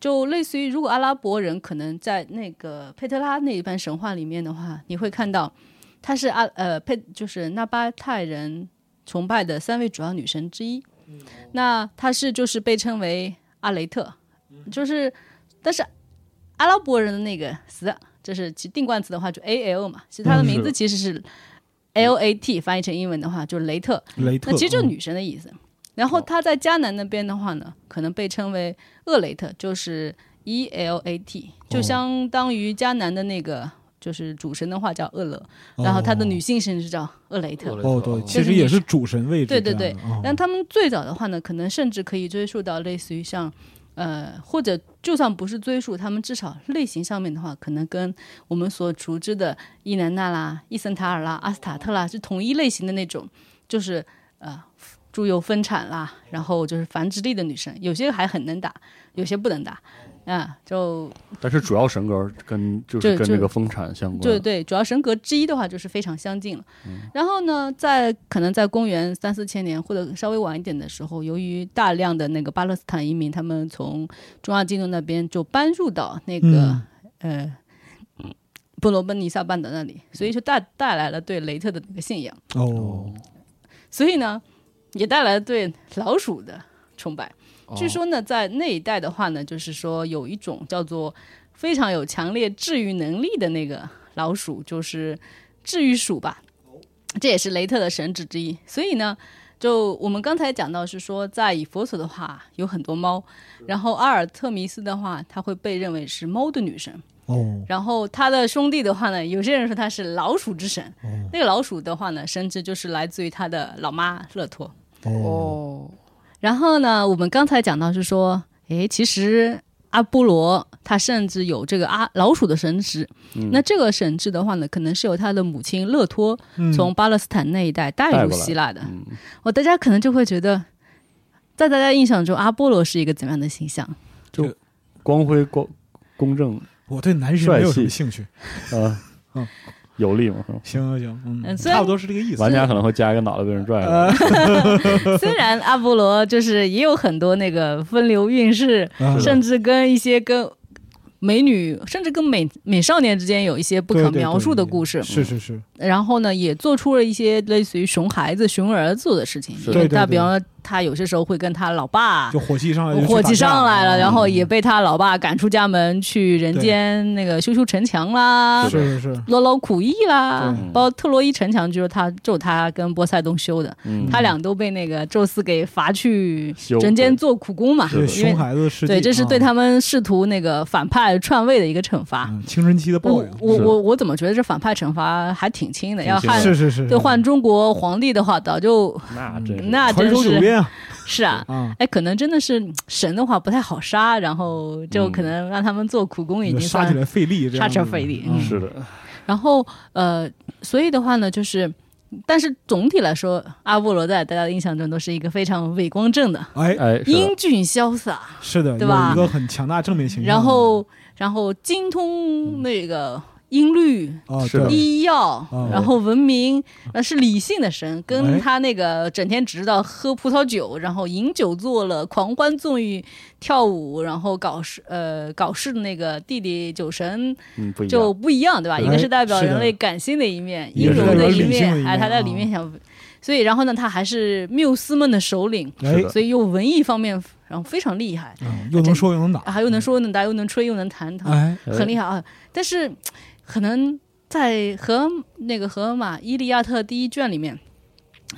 就类似于，如果阿拉伯人可能在那个佩特拉那一般神话里面的话，你会看到她是阿呃佩就是纳巴泰人崇拜的三位主要女神之一。那她是就是被称为阿雷特，就是但是阿拉伯人的那个词就是其定冠词的话就 A L 嘛，其实她的嗯名是字其实是 L A T 翻译成英文的话就是雷特。雷特，那其实就是嗯女神的意思。然后她在迦南那边的话呢，可能被称为厄雷特，就是 E L A T，就哦相当于迦南的那个就是主神的话叫厄勒，然后她的女性神是叫厄雷特。哦对，其是实女也是神主神位置这对样的，对对哦但他们最早的话呢，可能甚至可以追溯到类似于像，呃，或者就算不是追溯，他们至少类型上面的话，可能跟我们所熟知的伊南娜啦、伊森塔尔啦、阿斯塔特啦是同一类型的那种，就是呃，猪油分产啦，然后就是繁殖力的女生，有些还很能打，有些不能打，啊，就但是主要神格跟就是对跟就这个风产相关，对对，主要神格之一的话就是非常相近了。然后呢，在可能在公元三四千年或者稍微晚一点的时候，由于大量的那个巴勒斯坦移民，他们从中亚近东那边就搬入到那个、呃波罗奔尼撒半岛那里，所以就带带来了对雷特的那个信仰，哦，所以呢，也带来了对老鼠的崇拜。据说呢，在那一带的话呢，就是说有一种叫做非常有强烈治愈能力的那个老鼠，就是治愈鼠吧，这也是雷特的神职之一。所以呢，就我们刚才讲到是说，在以佛所的话有很多猫，然后阿尔特弥斯的话，她会被认为是猫的女神。哦，然后他的兄弟的话呢，有些人说他是老鼠之神，那个老鼠的话呢，甚至就是来自于他的老妈勒托。哦，然后呢，我们刚才讲到是说，诶，其实阿波罗他甚至有这个阿老鼠的神职，那这个神职的话呢，可能是由他的母亲勒托从巴勒斯坦那一带带带入过来希腊的。嗯我大家可能就会觉得，在大家印象中，阿波罗是一个怎么样的形象？光辉光公正我对男神没有什帅么气兴趣，呃嗯有力嘛，行行行，嗯，嗯虽然差不多是这个意思，玩家可能会加一个脑袋被人拽了， 虽然阿波罗就是也有很多那个风流韵事，嗯甚至跟一些跟美女，甚至跟美美少年之间有一些不对可对对描述的对故事。是是是，然后呢，也做出了一些类似于熊孩子、熊儿子做的事情。是对对他对比方说，他有些时候会跟他老爸就。火气上来就去打架，火气上来了，嗯然后也被他老爸赶出家门，去人间那个修修城墙啦，是是是，劳劳苦役啦对，包括特洛伊城墙就是他就他跟波塞冬修的，嗯他俩都被那个宙斯给罚去修人间做苦工嘛，对因为熊孩子啊是对，这是对他们试图那个反派篡位的一个惩罚。嗯青春期的我报应，我是我我怎么觉得这反派惩罚还挺轻的？要轻的换是是是，对换中国皇帝的话，早就那真是那传真手九是遍啊是啊。啊，哎，可能真的是嗯神的话不太好杀，然后就可能让他们做苦工已经嗯杀起算来费力，这杀样成子费力。嗯嗯是的，然后呃，所以的话呢，就是，但是总体来说，阿波罗在大家的印象中都是一个非常伟光正的、哎，哎，是的英俊潇洒，是的，对吧有一个很强大正面嗯形象的，然后然后精通那个音律、哦，是的对医药哦，然后文明，那是理性的神，哎跟他那个整天只知道喝葡萄酒，然后饮酒作乐、狂欢纵欲、跳舞，然后搞事呃搞事的那个弟弟酒神嗯不一就样，不一样，对吧？对一个是代表是的人类感性的一面、一阴个是柔代表一理性的一面，面哎，他在啊里面想所以然后呢，他还是缪斯们的首领，哎是，的所以又文艺方面然后非常厉害，嗯又能说又能打，啊，又能说又能打，又能吹又能弹，他哎，很厉害啊。但是可能在荷那个荷马《伊利亚特》第一卷里面，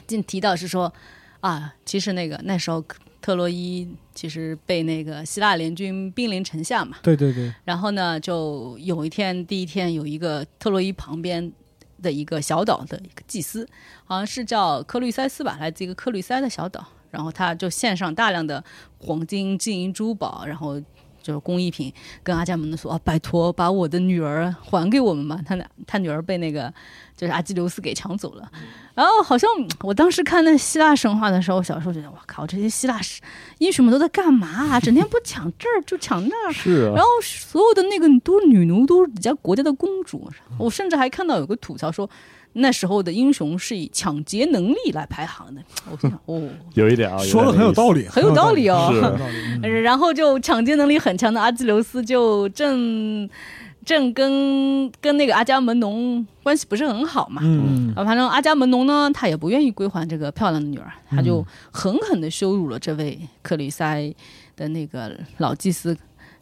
竟提到是说啊，其实那个那时候特洛伊其实被那个希腊联军兵临城下嘛，对对对，然后呢，就有一天第一天有一个特洛伊旁边。的一个小岛的一个祭司，好像是叫克律塞斯吧，来自一个克律塞的小岛。然后他就献上大量的黄金、金银珠宝，然后就是工艺品，跟阿伽门农说：“啊，拜托，把我的女儿还给我们吧。”他他女儿被那个就是阿基琉斯给抢走了。然后好像嗯我当时看那希腊神话的时候，小时候觉得哇靠，这些希腊神英雄们都在干嘛、啊？整天不抢这儿就抢那儿，是然啊，后所有的那个都是女奴，都是人家国家的公主。我甚至还看到有个吐槽说，那时候的英雄是以抢劫能力来排行的。我心想，哦，有一点啊，说的很有道理。理，很有道理哦很是有道理嗯然后就抢劫能力很强的阿基琉斯就正正跟跟那个阿伽门农关系不是很好嘛。嗯，啊，反正阿伽门农呢，他也不愿意归还这个漂亮的女儿，嗯他就狠狠地羞辱了这位克里塞的那个老祭司，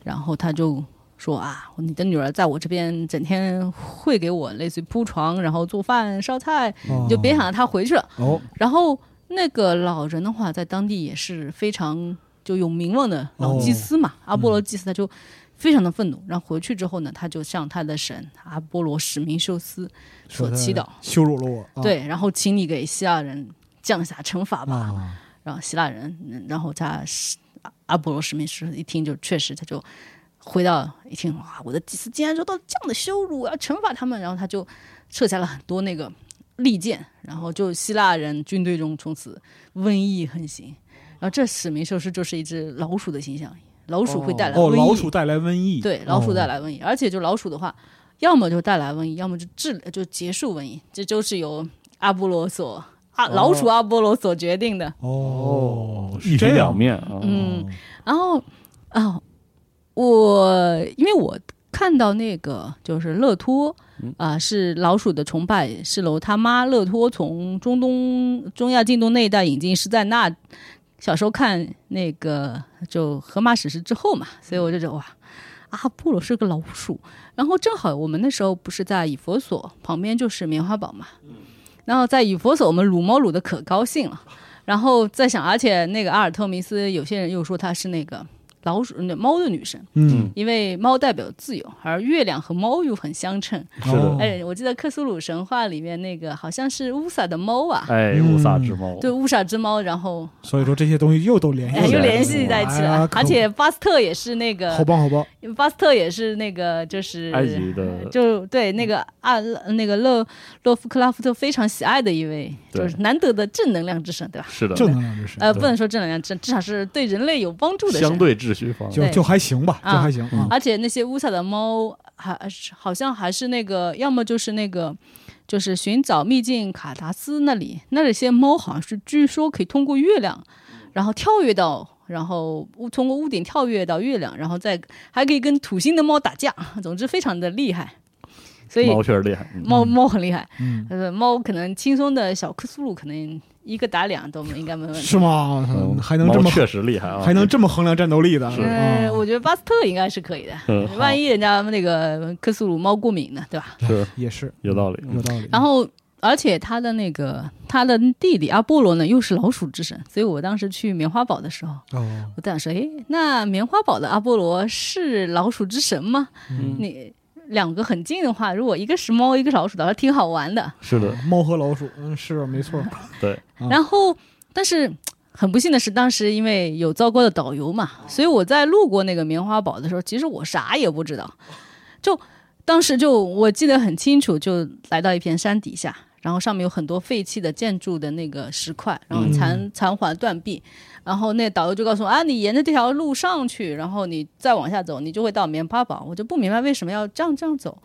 然后他就说啊，你的女儿在我这边整天会给我类似于铺床，然后做饭烧菜，哦你就别想让她回去了。哦，然后那个老人的话，在当地也是非常就有名望的老祭司嘛，阿波罗祭司，他就非常的愤怒。然后回去之后呢，他就向他的神阿波罗史明修斯所说他祈祷，羞辱了我，啊对，然后请你给希腊人降下惩罚吧。啊，然后希腊人，嗯然后他是阿阿波罗史密斯一听就确实他就回到一听哇，我的祭司竟然受到这样的羞辱，我要惩罚他们，然后他就撤下了很多那个利剑，然后就希腊人军队中从此瘟疫横行。然后这史密斯就是一只老鼠的形象，老鼠会带来哦，瘟疫，老鼠带来瘟疫，对，老鼠带来，来瘟疫，而且就老鼠的话，要么就带来瘟疫，要么就治就结束瘟疫，这就是由阿波罗所啊老鼠阿波罗所决定的。哦，一是体这两样，面啊，嗯，然后啊、我因为我看到那个就是勒托啊、是老鼠的崇拜，是楼他妈勒托从中东、中亚、近东那一带引进，是在那小时候看那个就《荷马史诗》之后嘛，所以我就觉得哇。阿波罗是个老鼠，然后正好我们那时候不是在以佛所旁边就是棉花堡嘛，然后在以佛所我们撸猫撸的可高兴了，然后再想，而且那个阿尔特弥斯，有些人又说她是那个老鼠、那猫的女神，嗯，因为猫代表自由，而月亮和猫又很相称。嗯是的哦哎，我记得克苏鲁神话里面那个好像是乌萨的猫啊，哎，嗯乌萨之猫，对，乌萨之猫，然后所以说这些东西又都联系啊哎起又来了，联系在一起哎了呀，而且巴斯特也是那可好个，棒好棒，巴斯特也是那个就是埃及的就对那个阿那个勒洛夫克拉夫特非常喜爱的一位，对就是难得的正能量之神，对吧？是的，正能量之神，呃，不能说正能量，至至少是对人类有帮助的神相。对秩序方，嗯就对就还行吧，就啊还行啊，而且那些乌萨的猫还是好像还是那个，要么就是那个，就是寻找秘境卡达斯那里，那里些猫好像是据说可以通过月亮，然后跳跃到，然后屋通过屋顶跳跃到月亮，然后再还可以跟土星的猫打架， 总之非常的厉害。所以猫确实厉害，嗯猫猫很厉害，嗯，呃，猫可能轻松的小克苏鲁可能一个打两都没应该没问题。是吗？嗯还能这猫么确实厉害啊，还能这么衡量战斗力的，是呃，啊我觉得巴斯特应该是可以的，嗯万一人家那个克苏鲁猫过敏呢，对吧？是也是有道理，有道理。然后，而且他的那个他的弟弟阿波罗呢，又是老鼠之神，所以我当时去棉花堡的时候，哦，我在想说，诶，那棉花堡的阿波罗是老鼠之神吗？嗯你两个很近的话，如果一个是猫，一个是老鼠的话，挺好玩的。是哦的，猫和老鼠，嗯，是没错，对，嗯然后，但是很不幸的是，当时因为有糟糕的导游嘛，所以我在路过那个棉花堡的时候，其实我啥也不知道。就当时就我记得很清楚，就来到一片山底下，然后上面有很多废弃的建筑的那个石块，然后残、残垣断壁。然后那导游就告诉我啊，你沿着这条路上去，然后你再往下走，你就会到棉花堡。我就不明白为什么要这样这样走。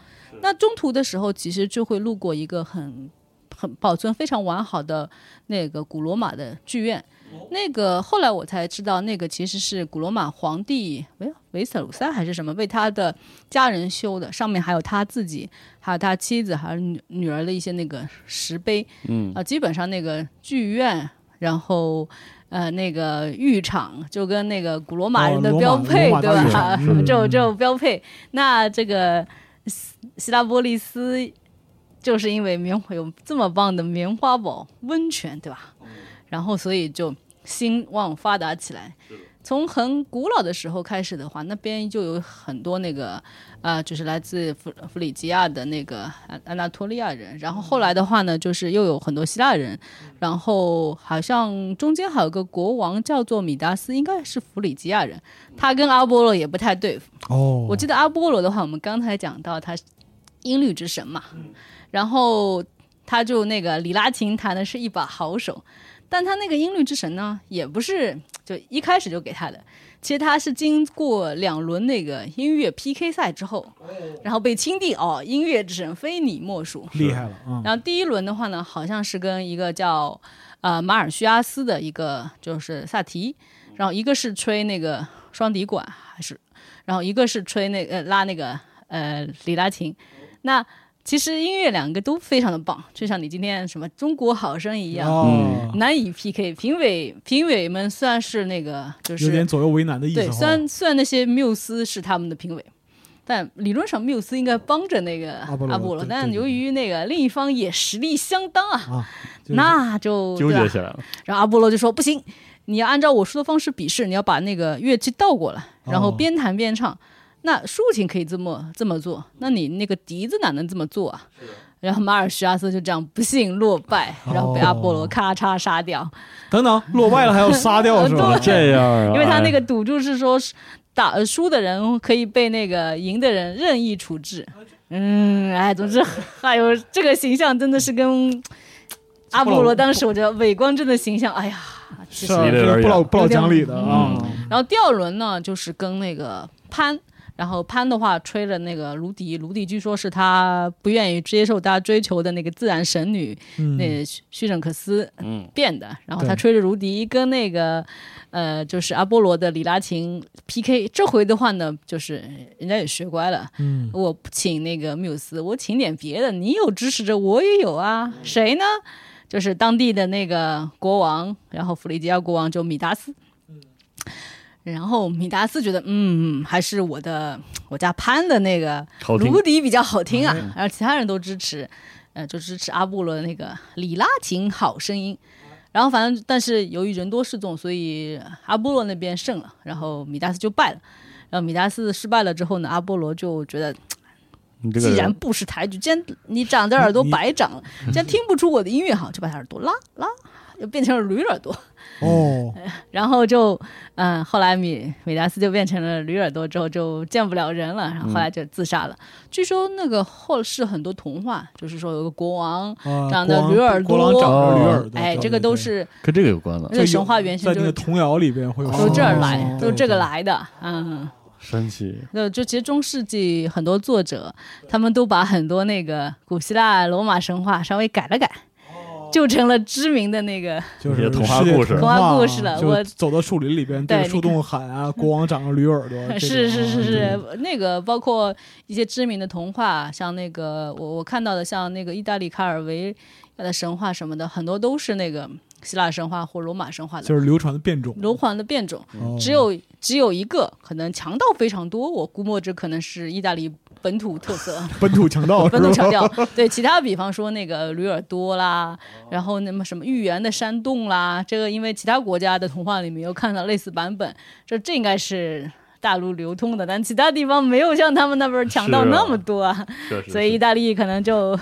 那中途的时候，其实就会路过一个很很保存非常完好的那个古罗马的剧院，那个后来我才知道，那个其实是古罗马皇帝维维瑟鲁塞还是什么为他的家人修的，上面还有他自己，还有他妻子，还有女女儿的一些那个石碑。嗯啊，基本上那个剧院，然后呃那个浴场，就跟那个古罗马人的哦罗马标配，罗马对大浴吧场？嗯 就就标配。那这个希希拉波利斯就是因为棉花有这么棒的棉花堡温泉，对吧？然后所以就兴旺发达起来。从很古老的时候开始的话，那边就有很多那个啊、呃就是来自弗弗里吉亚的那个呃安安纳托利亚人。然后后来的话呢，就是又有很多希腊人。然后好像中间还有个国王叫做米达斯，应该是弗里吉亚人。他跟阿波罗也不太对付哦，我记得阿波罗的话，我们刚才讲到他是音律之神嘛，嗯然后他就那个里拉琴弹的是一把好手，但他那个音律之神呢，也不是就一开始就给他的，其实他是经过两轮那个音乐 PK 赛之后，哦然后被钦定哦，音乐之神非你莫属。厉害了啊！然后第一轮的话呢，好像是跟一个叫呃马尔叙阿斯的一个就是萨提，然后一个是吹那个双笛管还是，然后一个是吹那个、呃、拉那个呃里拉琴。那其实音乐两个都非常的棒，就像你今天什么中国好声音一样。嗯哦，难以 PK，评委评委们算是那个就是有点左右为难的意思对，哈。虽然虽然那些缪斯是他们的评委，但理论上缪斯应该帮着那个阿波罗阿波罗，对但对由于那个另一方也实力相当啊，啊，就是那就纠对吧结起来了。然后阿波罗就说不行，你要按照我说的方式比试，你要把那个乐器倒过来，然后哦边弹边唱。那竖琴可以这么这么做，那你那个笛子哪能这么做啊？然后马尔什阿斯就这样不幸落败，哦然后被阿波罗咔嚓杀掉。等等落败了还要杀掉是呃吧？这样啊，因为他那哎个赌注是说是打呃输的人可以被那个赢的人任意处置。嗯，哎，总之，哎呦，这个形象真的是跟阿波罗当时我觉得伪光正的形象，哎呀，是离啊，得有点这个不老远不老讲理嗯的啊！然后第二轮呢，就是跟那个潘，然后潘的话吹了那个芦笛，芦笛据说是他不愿意接受大家追求的那个自然神女，嗯那叙叙整克斯嗯变的。然后对他吹着芦笛跟那个呃，就是阿波罗的里拉琴 PK。这回的话呢，就是人家也学乖了，嗯，我不请那个缪斯，我请点别的。你有支持者，我也有啊。谁呢？就是当地的那个国王，然后弗里吉亚国王就米达斯。嗯然后米达斯觉得，嗯，还是我的我家潘的那个好听嗯芦笛比较好听啊，然后其他人都支持，呃，就支持阿波罗的那个里拉琴好声音。然后反正，但是由于人多势众，所以阿波罗那边胜了，然后米达斯就败了。然后米达斯失败了之后呢，阿波罗就觉得，你这个既然人不识抬举，既然你长的耳朵你白长了，既然听不出我的音乐好，就把他耳朵拉拉，又变成了驴耳朵。嗯哦，然后就，嗯、后来米米达斯就变成了驴耳朵，之后就见不了人了，然后嗯后来就自杀了。据说那个后世很多童话，就是说有个国王，啊长得国王驴耳国王长朵着驴耳朵，哎，对这个都。对对是跟这个有关了，这神话原型在就那个是童谣里边会有由这儿来，哦都是这个来的，嗯。神奇。那就其实中世纪很多作者，他们都把很多那个古希腊、罗马神话稍微改了改，哦就成了知名的那个。就是一些童话世界故事童童话话故啊事了就我走到树林里边对对你着树洞喊 啊，国王长着驴耳朵，这种是是啊是，是，那个包括一些知名的童话，像那个我我看到的，像那个意大利卡尔维亚的神话什么的，很多都是那个希腊神话或罗马神话的就是流传的变种，罗环的变种。哦只有只有一个，可能强盗非常多，我估摸着可能是意大利本土特色。本土强 盗，分头是 吧强调。对，其他比方说那个驴耳朵哦啦，然后那么什么豫园的山洞啦，这个因为其他国家的童话里面有看到类似版本，这这应该是。大陆流通的，但其他地方没有像他们那边强盗是啊那么多啊，确实所以意是啊大利可能就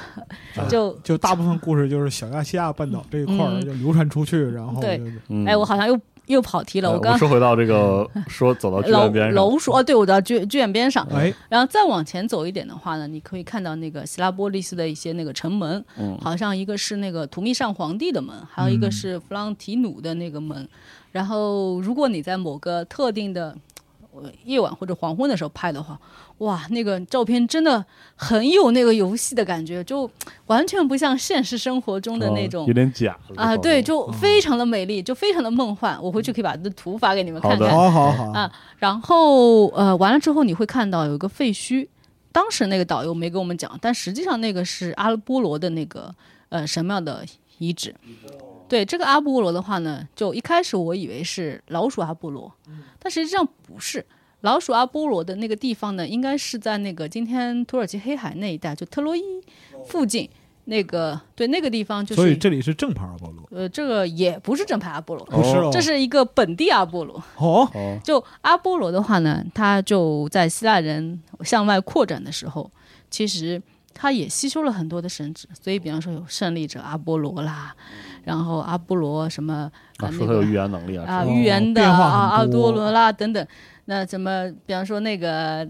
就就大部分故事就是小亚细亚半岛这一块儿嗯就流传出去，然后对就嗯哎，我好像又又跑题了。呃我刚说回到这个，说走到剧楼院边上，楼说哦，对，我到剧剧院边上，哎，然后再往前走一点的话呢，你可以看到那个希拉波利斯的一些那个城门，嗯好像一个是那个图密善皇帝的门，还有一个是弗朗提努的那个门。然后，如果你在某个特定的呃夜晚或者黄昏的时候拍的话，哇，那个照片真的很有那个游戏的感觉，就完全不像现实生活中的那种哦有点假了啊，对，这就非常的美丽，就非常的梦幻。我回去可以把这图发给你们看好的看。好好好，啊然后呃，完了之后你会看到有一个废墟，当时那个导游没跟我们讲，但实际上那个是阿拉波罗的那个呃神庙的遗址。对这个阿波罗的话呢，就一开始我以为是老鼠阿波罗，但实际上不是。老鼠阿波罗的那个地方呢，应该是在那个今天土耳其黑海那一带，就特洛伊附近那个对那个地方，就所以是这里是正牌阿波罗，呃这个也不是正牌阿波罗，不是哦，这是一个本地阿波罗。哦，哦，就阿波罗的话呢，他就在希腊人向外扩展的时候，其实他也吸收了很多的神职，所以比方说有胜利者阿波罗啦，然后阿波罗什么呃啊，那说他个有预言能力啊，啊哦预言的变啊化很阿多多罗啦等等，那怎么比方说那个。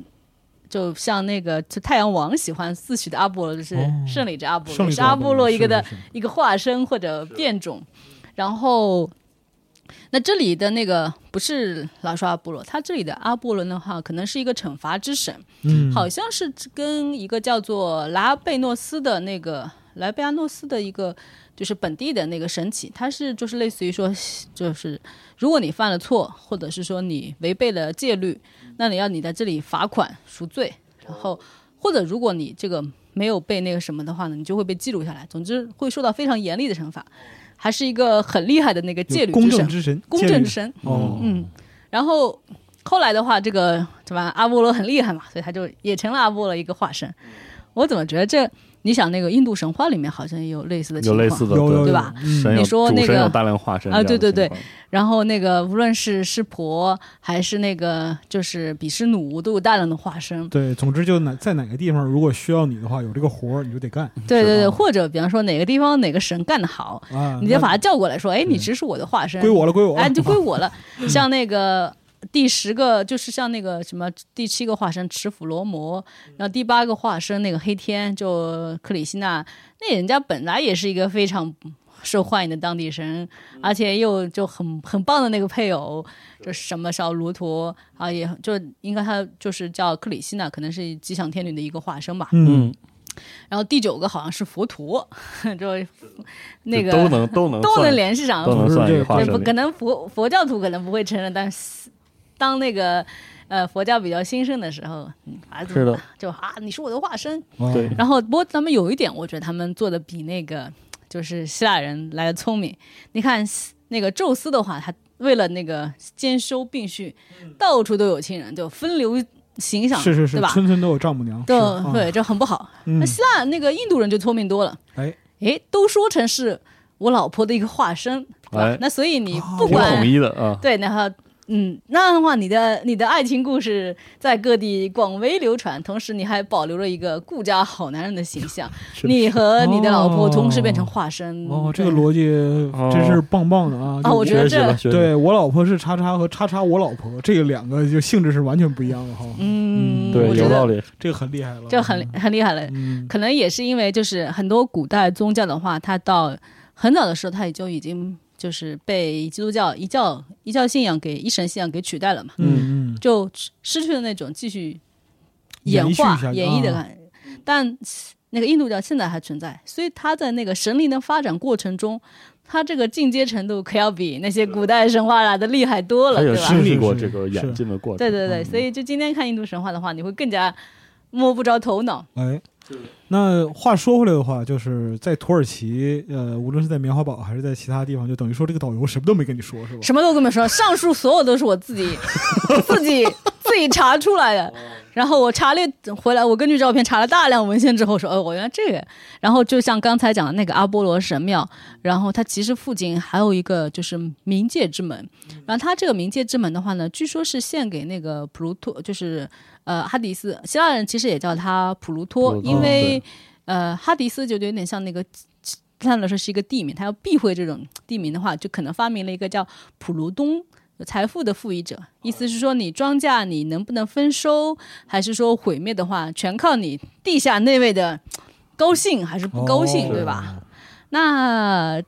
就像那个就太阳王喜欢四许的阿波罗，就是哦胜利者阿波罗，胜利是者阿波罗一个的是是是一个化身或者变种。然后，那这里的那个不是老说阿波罗，他这里的阿波罗的话，可能是一个惩罚之神，嗯，好像是跟一个叫做拉贝诺斯的那个莱贝亚诺斯的一个就是本地的那个神祇，它是就是类似于说，就是如果你犯了错，或者是说你违背了戒律，那你要你在这里罚款赎罪，然后或者如果你这个没有被那个什么的话呢，你就会被记录下来，总之会受到非常严厉的惩罚，还是一个很厉害的那个戒 律公神正，之神，公戒正律之，神，哦，嗯，然后后来的话，这个什么阿波罗很厉害嘛，所以他就也成了阿波罗一个化身。我怎么觉得这？你想那个印度神话里面好像也有类似的情有况，类似的有有对吧？嗯神有你说主那神个有大量化身啊这样的对对情况然后那个无论是湿婆还是那个就是比湿奴，都有大量的化身。对，总之就哪在哪个地方，如果需要你的话，有这个活儿你就得干 对对对，吧或者比方说哪个地方哪个神干得好，啊，你就那把他叫过来说，哎，你只是我的化身，归我了，归我了，哎，就归我 了。像那个第十个，就是像那个什么第七个化身持斧罗摩，然后第八个化身那个黑天，就克里希那，那人家本来也是一个非常受欢迎的当地神，而且又就很很棒的那个配偶，就是什么小罗陀啊，也就应该他就是叫克里希那，可能是吉祥天女的一个化身吧。嗯，然后第九个好像是佛陀， 就那就个都能都能都算能联系上，都能就是算这一个个化对身不里可能佛佛教徒可能不会承认，但是当那个呃佛教比较兴盛的时候，嗯，啊，是的，就啊，你是我的化身。哦对然后不过他们有一点，我觉得他们做的比那个就是希腊人来的聪明。你看西那个宙斯的话，他为了那个兼收并蓄，嗯到处都有亲人，就分流形象，是是是对，吧？村村都有丈母娘，对、是哦对，，这很不好。嗯那希腊那个印度人就聪明多了，哎，诶，都说成是我老婆的一个化身，对吧哎那所以你不挺哦管、统一的啊，对，然后嗯，那样的话，你的你的爱情故事在各地广为流传，同时你还保留了一个顾家好男人的形 象，你和你的老婆同时变成化身。哦，这嗯对个逻辑真是棒棒的啊！啊，我觉得这学习了对我老婆是叉叉和叉叉我老婆，这个两个就性质是完全不一样的哈，嗯，对我觉有道得理，这个很厉害了，这很很厉害了。嗯可能也是因为就是很多古代宗教的话，它到很早的时候，它也就已经就是被基督教一教一教信仰给一神信仰给取代了嘛，嗯嗯，就失失去了那种继续演延续化一下演绎的啊感觉。但那个印度教现在还存在，所以它在那个神灵的发展过程中。它这个进阶程度可要比那些古代神话来的厉害多了，他有对吧？经历过是这是个演是进的过程，对对对，所以就今天看印度神话的话，你会更加摸不着头脑。哎。那话说回来的话，就是在土耳其，呃，无论是在棉花堡还是在其他地方，就等于说这个导游什么都没跟你说，是吧？什么都跟我们说，上述所有都是我 自己自己自己查出来的。然后我查了回来，我根据照片查了大量文献之后说，哦，我原来这个。然后就像刚才讲的那个阿波罗神庙，然后它其实附近还有一个就是冥界之门。然后它这个冥界之门的话呢，据说是献给那个普鲁托，就是呃哈迪斯，希腊人其实也叫他普普鲁托鲁，托因为对呃哈迪斯就有点像那个。按来说是一个地名，他要避讳这种地名的话，就可能发明了一个叫普卢东财富的赋予者，意思是说你庄稼你能不能丰收，还是说毁灭的话，全靠你地下那位的高兴还是不高兴，哦对吧？那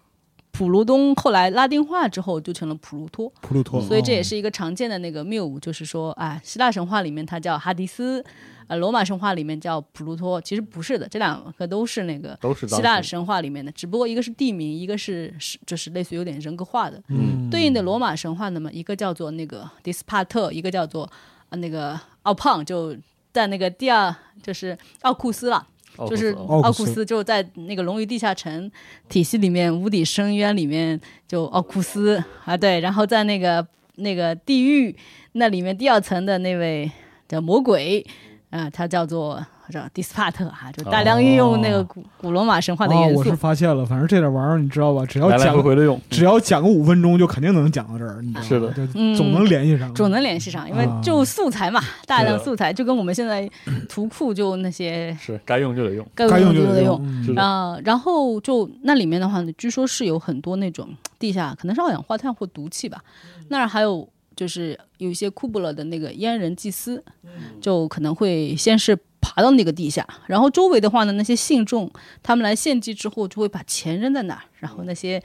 普卢东后来拉丁化之后就成了普鲁托，普鲁托，嗯所以这也哦是一个常见的那个谬，就是说啊，希腊神话里面它叫哈迪斯，呃，罗马神话里面叫普鲁托，其实不是的，这两个都是那个都是当希腊时神话里面的，只不过一个是地名，一个是是就是类似于有点人格化的，嗯，对应的罗马神话呢嘛，一个叫做那个迪斯帕特，一个叫做呃那个奥胖，就在那个第二就是奥库斯了。奥就是古斯奥奥库库斯斯，就在那个龙与地下城体系里面，无底深渊里面，就奥库斯啊，对，然后在那个那个地狱那里面第二层的那位叫魔鬼，啊、他叫做叫迪斯帕特哈、哦就大量运用那个古、古罗马神话的哦元我素。是发现了，反正这点玩意儿你知道吧？只要来来讲回回的用，只要讲个五分钟，就肯定能讲到这儿，你知道吗？是的就总能联系上，嗯总能联系上，因为啊就素材嘛，大量 对素材，就跟我们现在图库就那些是该用就得用，该该用就就得得用，嗯是的啊、然后就那里面的话呢，据说是有很多那种地下可能是二氧化碳或毒气吧，嗯那儿还有就是有一些库布勒的那个阉人祭司，嗯就可能会先是爬到那个地下，然后周围的话呢，那些信众他们来献祭之后，就会把钱扔在那儿，然嗯后那些。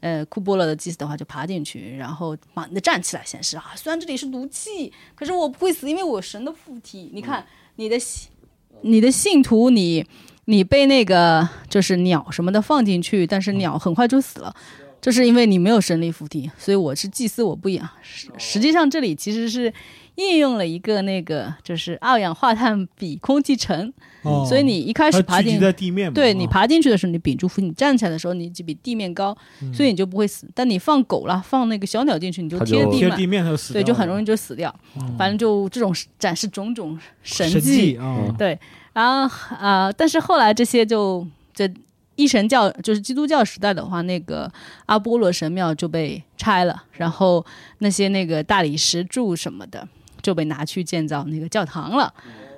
呃，库布勒的祭司的话就爬进去，然后猛地站起来，显示啊，虽然这里是毒气，可是我不会死，因为我神的附体。你嗯看，你的信，你的信徒，你你被那个就是鸟什么的放进去，但是嗯鸟很快就死了，这是因为你没有神力附体，所以我是祭司，我不养。哦实实际上这里其实是应用了一个那个就是二氧化碳比空气沉，哦所以你一开始它爬聚集进。在地面嘛，对你啊爬进去的时候，你屏住腹；你站起来的时候，你就比地面高，嗯所以你就不会死。但你放狗啦，放那个小鸟进去，你就它贴就地贴面，地面它就死掉对，了，嗯就很容易就死掉。反正就这种展示种种神神迹迹嗯啊，对，然后啊，但是后来这些就这一神教就是基督教时代的话，那个阿波罗神庙就被拆了，然后那些那个大理石柱什么的就被拿去建造那个教堂了，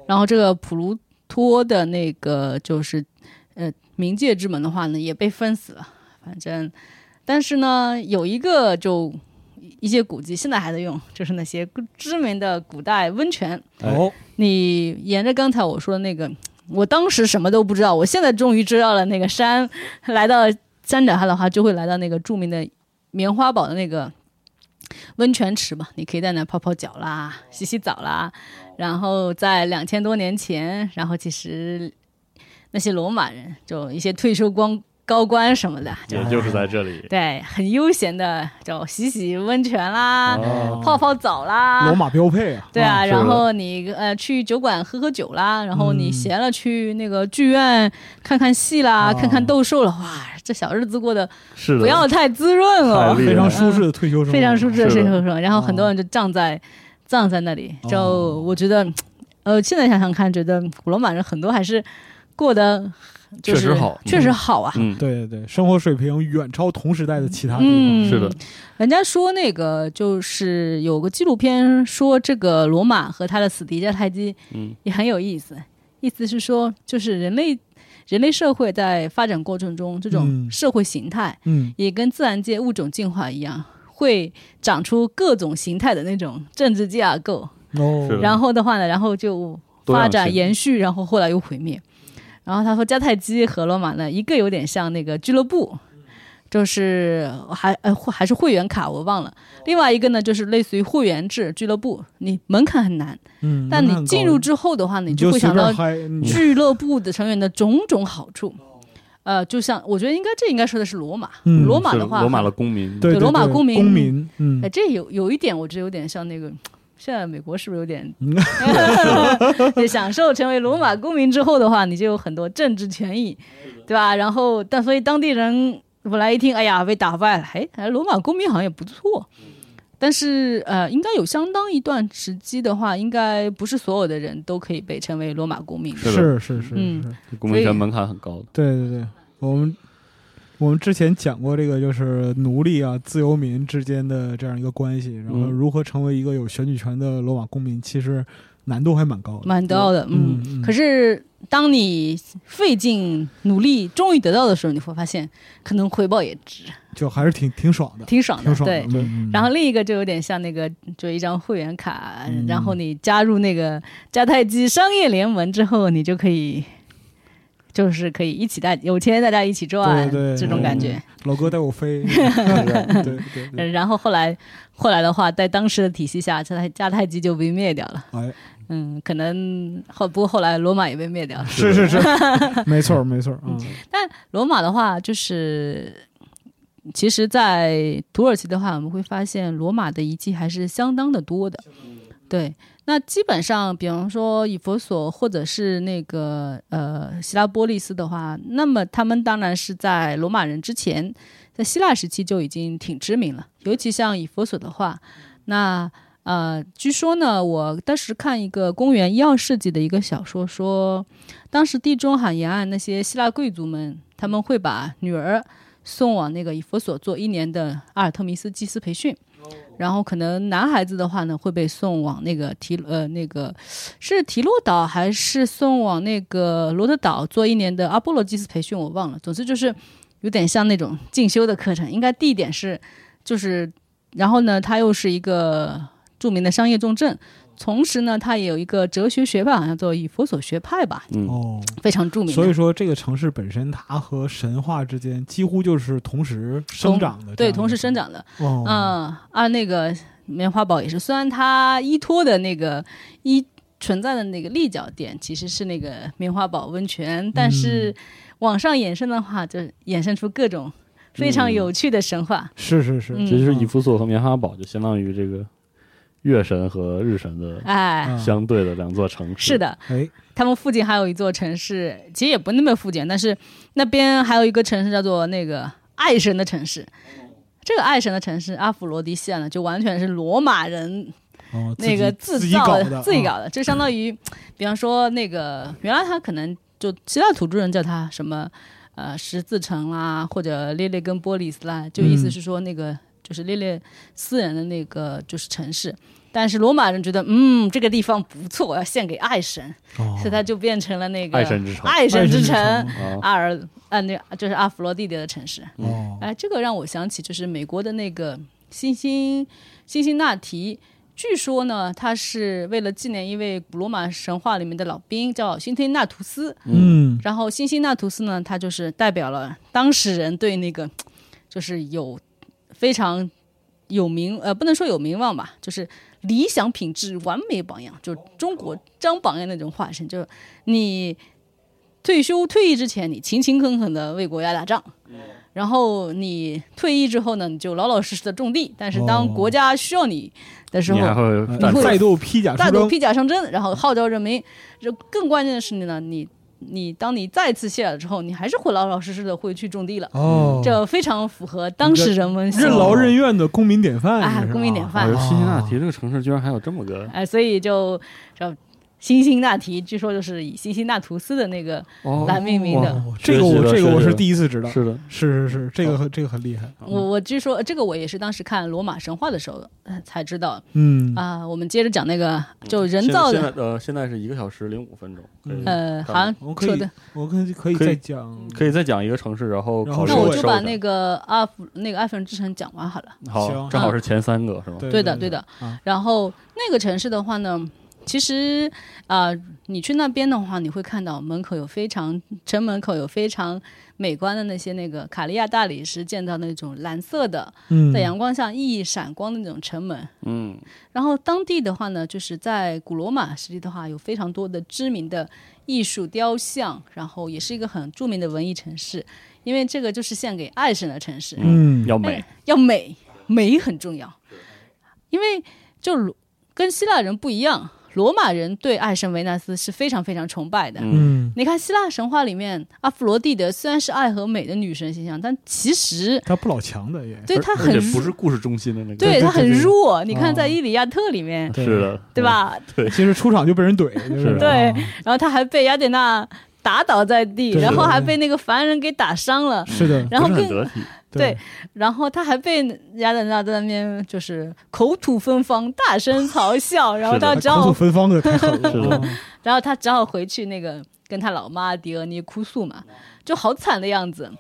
然后这个普鲁托的那个就是呃冥界之门的话呢，也被封死了，反正，但是呢，有一个就。一些古迹现在还在用，就是那些知名的古代温泉，哦，你沿着刚才我说的那个，我当时什么都不知道，我现在终于知道了那个山，来到山脚下的话，就会来到那个著名的棉花堡的那个温泉池吧，你可以在那泡泡脚啦，洗洗澡啦。然后在两千多年前，然后其实那些罗马人就一些退休光高官什么的，就也就是在这里。对很悠闲的就洗洗温泉啦，哦泡泡澡啦，罗马标配啊，对啊，是的然后你呃去酒馆喝喝酒啦，然后你闲了去那个剧院看看戏啦，哦看看斗兽了，哇，这小日子过得是的，不要太滋润太哦，厉害啊非常舒适的退休生活，嗯非常舒适的是的生活。然后很多人就葬在葬在那里，就哦我觉得，呃，现在想想看，觉得古罗马人很多还是过得就是确实好确实好啊，嗯，对对对，生活水平远超同时代的其他地方。嗯，是的。人家说那个就是有个纪录片说这个罗马和他的死敌迦太基，嗯，也很有意思。意思是说，就是人类人类社会在发展过程中，这种嗯社会形态嗯，也跟自然界物种进化一样，会长出各种形态的那种政治架构。哦是的然后的话呢，然后就多样发性展延续，然后后来又毁灭。然后他说迦太基和罗马呢，一个有点像那个俱乐部，就是还呃会还是会员卡我忘了，另外一个呢就是类似于会员制俱乐部，你门槛很难，嗯，但门槛高你进入之后的话，你你就就会随想便到嗨，你俱乐部的成员的种种好处。呃，就像我觉得应该这应该说的是罗马，嗯罗马是的话，罗马的公民，对对罗马对公民公民，嗯哎，，这有有一点，我觉得有点像那个，现在美国是不是有点 嗯？就享受成为罗马公民之后的话，你就有很多政治权益，对吧？然后，但所以当地人本来一听，哎呀，被打败了，哎，哎罗马公民好像也不错。但是，呃，应该有相当一段时期的话，应该不是所有的人都可以被成为罗马公民的。是的是是是，嗯是公民所权以门槛很高的。对对对，我们我们之前讲过这个，就是奴隶啊、自由民之间的这样一个关系，然后嗯如何成为一个有选举权的罗马公民，其实难度还蛮高的。蛮得到的，嗯。嗯嗯可是当你费尽努力，终于得到的时候，你会发现，可能回报也值，就还是挺挺爽的，挺爽的，挺爽的。对。嗯然后另一个就有点像那个，就一张会员卡，嗯然后你加入那个迦太基商业联盟之后，你就可以就是可以一起大有钱大家一起赚对对这种感觉。老哥带我 飞，对对对对，嗯然后后来后来的话，在当时的体系下，迦太迦太基就被灭掉了。哎，嗯，可能后不过后来罗马也被灭掉了。是是 是，没错儿没错儿，嗯，但罗马的话，就是其实，在土耳其的话，我们会发现罗马的遗迹还是相当的多的。对，那基本上，比方说以佛所或者是那个呃希拉波利斯的话，那么他们当然是在罗马人之前，在希腊时期就已经挺知名了。尤其像以佛所的话，那呃，据说呢，我当时看一个公元一二世纪的一个小说说。当时地中海沿岸那些希腊贵族们，他们会把女儿送往那个以弗所做一年的阿尔特弥斯祭司培训，然后可能男孩子的话呢会被送往那个提呃那个是提洛岛还是送往那个罗德岛做一年的阿波罗祭司培训，我忘了。总之就是有点像那种进修的课程，应该地点是就是，然后呢，它又是一个著名的商业重镇。同时呢，它也有一个哲学学派，好像叫以弗所学派吧，哦，非常著名的。所以说这个城市本身它和神话之间几乎就是同时生长的，对，同时生长，长的。哦，嗯，啊，那个棉花堡也是，虽然它依托的那个依存在的那个立脚点其实是那个棉花堡温泉，但嗯是往上衍生的话，就衍生出各种非嗯常有趣的神话。是是是，嗯其实以弗所和棉花堡就相当于这个月神和日神的哎，嗯相对的两座城市。是，的，哎，他们附近还有一座城市，其实也不那么附近，但是那边还有一个城市叫做那个爱神的城市。这个爱神的城市阿弗罗迪西亚呢，就完全是罗马人哦，自己那个自己造搞的、的，自己啊搞的，就相当于，比方说那个原来他可能就其他土著人叫他什么呃十字城啦，或者列列跟波利斯啦，就意思嗯是说那个、就是列列斯人的那个就是城市。但是罗马人觉得，嗯，这个地方不错，我要献给爱神，哦所以他就变成了那个爱神之城爱神之城，爱神之阿尔啊，那就是阿弗罗蒂德的城市。哦，哎，这个让我想起就是美国的那个辛辛辛辛那提，据说呢，他是为了纪念一位古罗马神话里面的老兵，叫辛辛那图斯。嗯，然后辛辛那图斯呢，他就是代表了当事人对那个就是有非常有名呃，不能说有名望吧，就是理想品质完美榜样，就是中国张榜样那种化身，就是你退休退役之前，你勤勤恳恳的为国家打仗。然后你退役之后呢，你就老老实实的种地。但是当哦国家需要你的时候，你还会嗯呃站出来再度披甲大出度征，披甲上阵，然后号召人民。这更关键的是呢，你你当你再次卸了之后，你还是会老老实实的会去种地了。哦，这非常符合当时人们任所劳任怨的公民典范啊这是公民典范我觉得啊哦辛辛那提这个城市居然还有这么个哎，所以就叫辛辛那提，据说就是以辛辛那图斯的那个哦来命名的。哦这个我学习了这个学我习是了第一次知道，是嗯的，是是是，这个很这个很厉害，我我据说这个我也是当时看罗马神话的时候呃才知道嗯，啊。我们接着讲那个嗯就人现在造现在的，呃，现在是一个小时零五分钟，可以呃，好像我可说以的我可以可以可以再讲，可以再讲一个城市，然后然考后虑那收我尾就收把一下那个阿弗那个埃菲尔之城讲完好了。好，行嗯正好是前三个是吗？对的的，对的。啊然后那个城市的话呢，其实啊、你去那边的话，你会看到门口有非常城门口有非常美观的那些那个卡利亚大理石建造那种蓝色的，嗯，在阳光下熠熠闪光的那种城门。嗯，然后当地的话呢，就是在古罗马时期的话，有非常多的知名的艺术雕像，然后也是一个很著名的文艺城市，因为这个就是献给爱神的城市。嗯要美，哎要美，美很重要，因为就罗跟希腊人不一样，罗马人对爱神维纳斯是非常非常崇拜的。嗯，嗯，你看希腊神话里面，阿弗罗蒂德虽然是爱和美的女神形象，但其实他不老强的也，对而她而很且弱不是故事中心的那个，对对她很对对弱。你看哦在《伊利亚特》里面，对是的，对吧？其实出场就被人怼，就是是对啊，然后她还被雅典娜打倒在地，对然后对还对被那个凡人给打伤了。是的，然后嗯不是很更得体，对，然后他还被雅典娜在那边就是口吐芬芳，大声嘲笑，然后是的他他只口吐好，芬芳的太狠 了，是的啊然后他只好回去那个跟他老妈狄俄尼哭诉嘛，就好惨的样子。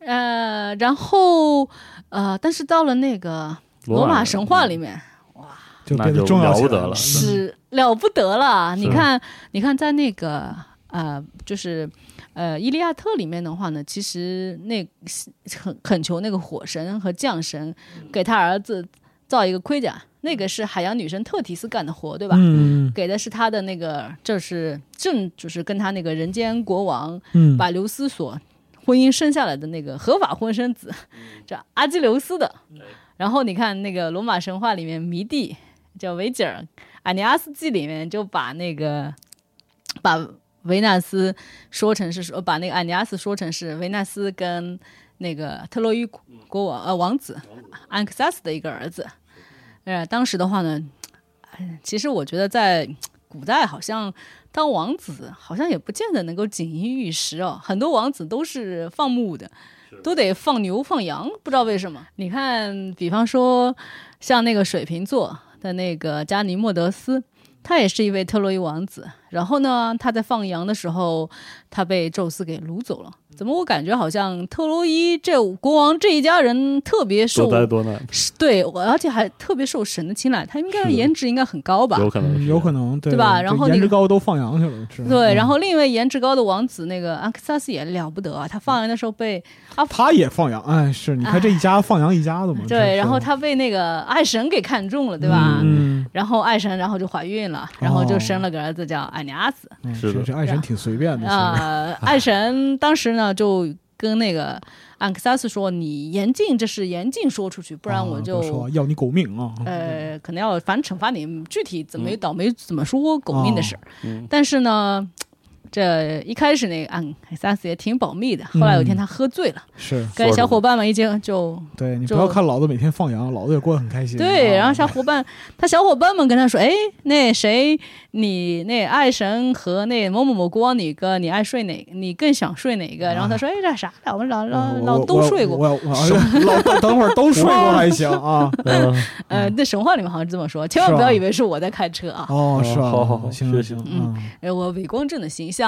呃，然后呃，但是到了那个罗马神话里面，就那变得就重要了起不来得了嗯是了不得了。你看，你看，在那个啊、就是呃，《伊利亚特》里面的话呢，其实那恳恳求那个火神和降神给他儿子造一个盔甲，那个是海洋女神特提斯干的活，对吧？ 嗯给的是他的那个，就是正就是跟他那个人间国王嗯，把刘斯所婚姻生下来的那个合法婚生子， 叫阿基琉斯的。然后你看那个罗马神话里面，迷弟叫维吉尔，《阿尼阿斯纪》里面就把那个把维纳斯说成是说把那个阿尼阿斯说成是维纳斯跟那个特洛伊国王呃王子安克萨斯的一个儿子。呃，当时的话呢，哎其实我觉得在古代好像当王子好像也不见得能够锦衣玉食哦，很多王子都是放牧的，都得放牛放羊，不知道为什么。你看，比方说像那个水瓶座的那个加尼莫德斯，他也是一位特洛伊王子。然后呢，他在放羊的时候，他被宙斯给掳走了。怎么我感觉好像特洛伊这国王这一家人特别受多灾多难，是对，我而且还特别受神的青睐，他应是该的颜值应该很高吧？有可能是嗯有可能对对吧然后就那颜值个高都放羊去了，是嗯对，然后另一位颜值高的王子，那个安克萨斯也了不得啊，他放羊的时候被阿芙他也放羊，哎，是你看这一家放羊一家子嘛，这对，然后他被那个爱神给看中了，对吧？嗯，然后爱神，然后就怀孕了，然后就生了个儿子叫艾尼阿斯。嗯是的这爱神挺随便的，是呃，爱神当时呢就跟那个安克萨斯说：“你严禁，这是严禁说出去，不然啊我不就、说要你狗命啊，呃，可能要反正惩罚你，具体怎嗯么倒霉怎么说狗命的哦事儿。嗯但是呢，这一开始那个哎安克萨斯也挺保密的，后来有一嗯天他喝醉了，是跟小伙伴们一见就对你不就要看老子每天放羊，老子也过得很开心，对，啊然后小伙伴他小伙伴们跟他说：“哎，那谁，你那爱神和那某某某国王哪个你爱睡哪个？你更想睡哪个？”然后他说：“哎，这啥的，我们老老啊嗯老我都睡过。我我我老等等会儿都睡 过还行啊，嗯，呃，那神话里面好像是这么说，千万是不要吧以为是我在开车啊！哦，是吧？好好好行学习行，嗯，哎，我伪光正的形象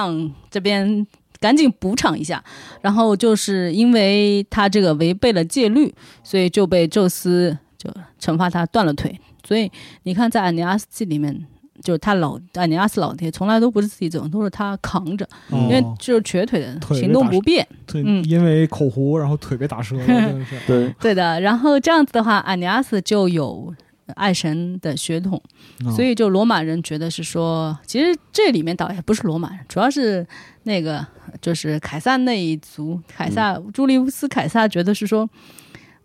这边赶紧补偿一下。然后就是因为他这个违背了戒律，所以就被宙斯就惩罚他断了腿。所以你看，在《安尼阿斯记》里面，就是他老安尼阿斯老爹从来都不是自己走，都是他扛着，因嗯因为就是瘸腿的，哦腿被行动不便。对，嗯因为口胡，然后腿被打折 了，真的是。对，对的。然后这样子的话，安尼阿斯就有爱神的血统。嗯所以就罗马人觉得是说，其实这里面倒也不是罗马人，主要是那个就是凯撒那一族，凯撒、朱利乌斯凯撒觉得是说，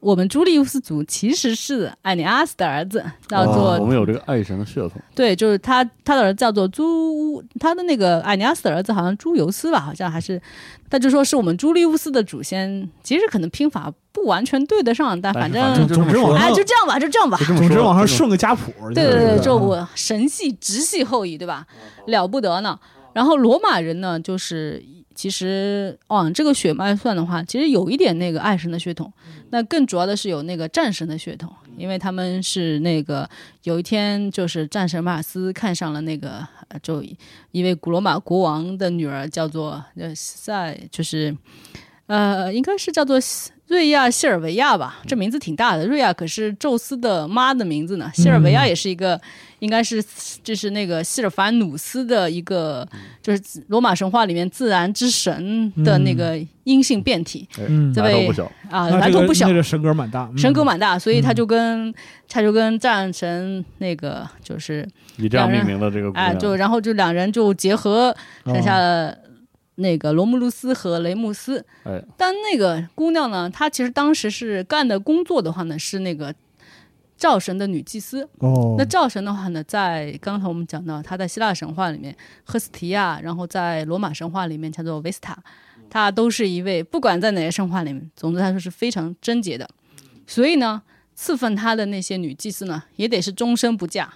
我们朱利乌斯族其实是艾尼阿斯的儿子，叫做、哦我们有这个爱神的血统，对，就是他他的儿子叫做朱乌，他的那个艾尼阿斯的儿子好像朱尤斯吧，好像还是，他就说是我们朱利乌斯的祖先，其实可能拼法不完全对得上，但反正但是 反正就这总么之说往哎上就这样吧，就这样吧，就这么说总之往上这种顺个家谱，对就是对对，吧就我神系直系后裔，对吧？了不得呢。然后罗马人呢，就是呃其实往这个血脉算的话，其实有一点那个爱神的血统，那更主要的是有那个战神的血统，因为他们是那个有一天就是战神马尔斯看上了那个呃就一位古罗马国王的女儿，叫做呃塞，就是呃应该是叫做瑞亚谢尔维亚吧，这名字挺大的。瑞亚可是宙斯的妈的名字呢，嗯谢尔维亚也是一个，应该是就是那个希尔凡努斯的一个，就是罗马神话里面自然之神的那个阴性变体、哎嗯这来头位不小，啊，那来这头个不小那。这神格蛮大，嗯神格蛮大，所以他就跟、他就跟战神那个就是以这样两命人名的这个姑哎，娘，就然后就两人就结合生下哦了那个罗慕路斯和雷穆斯。哎，但那个姑娘呢，她其实当时是干的工作的话呢，是那个灶神的女祭司。哦那灶神的话呢，在刚才我们讲到，她在希腊神话里面赫斯提亚，然后在罗马神话里面叫做维斯塔，她都是一位不管在哪个神话里面，总之来说是非常贞洁的。所以呢，赐奉她的那些女祭司呢，也得是终身不嫁。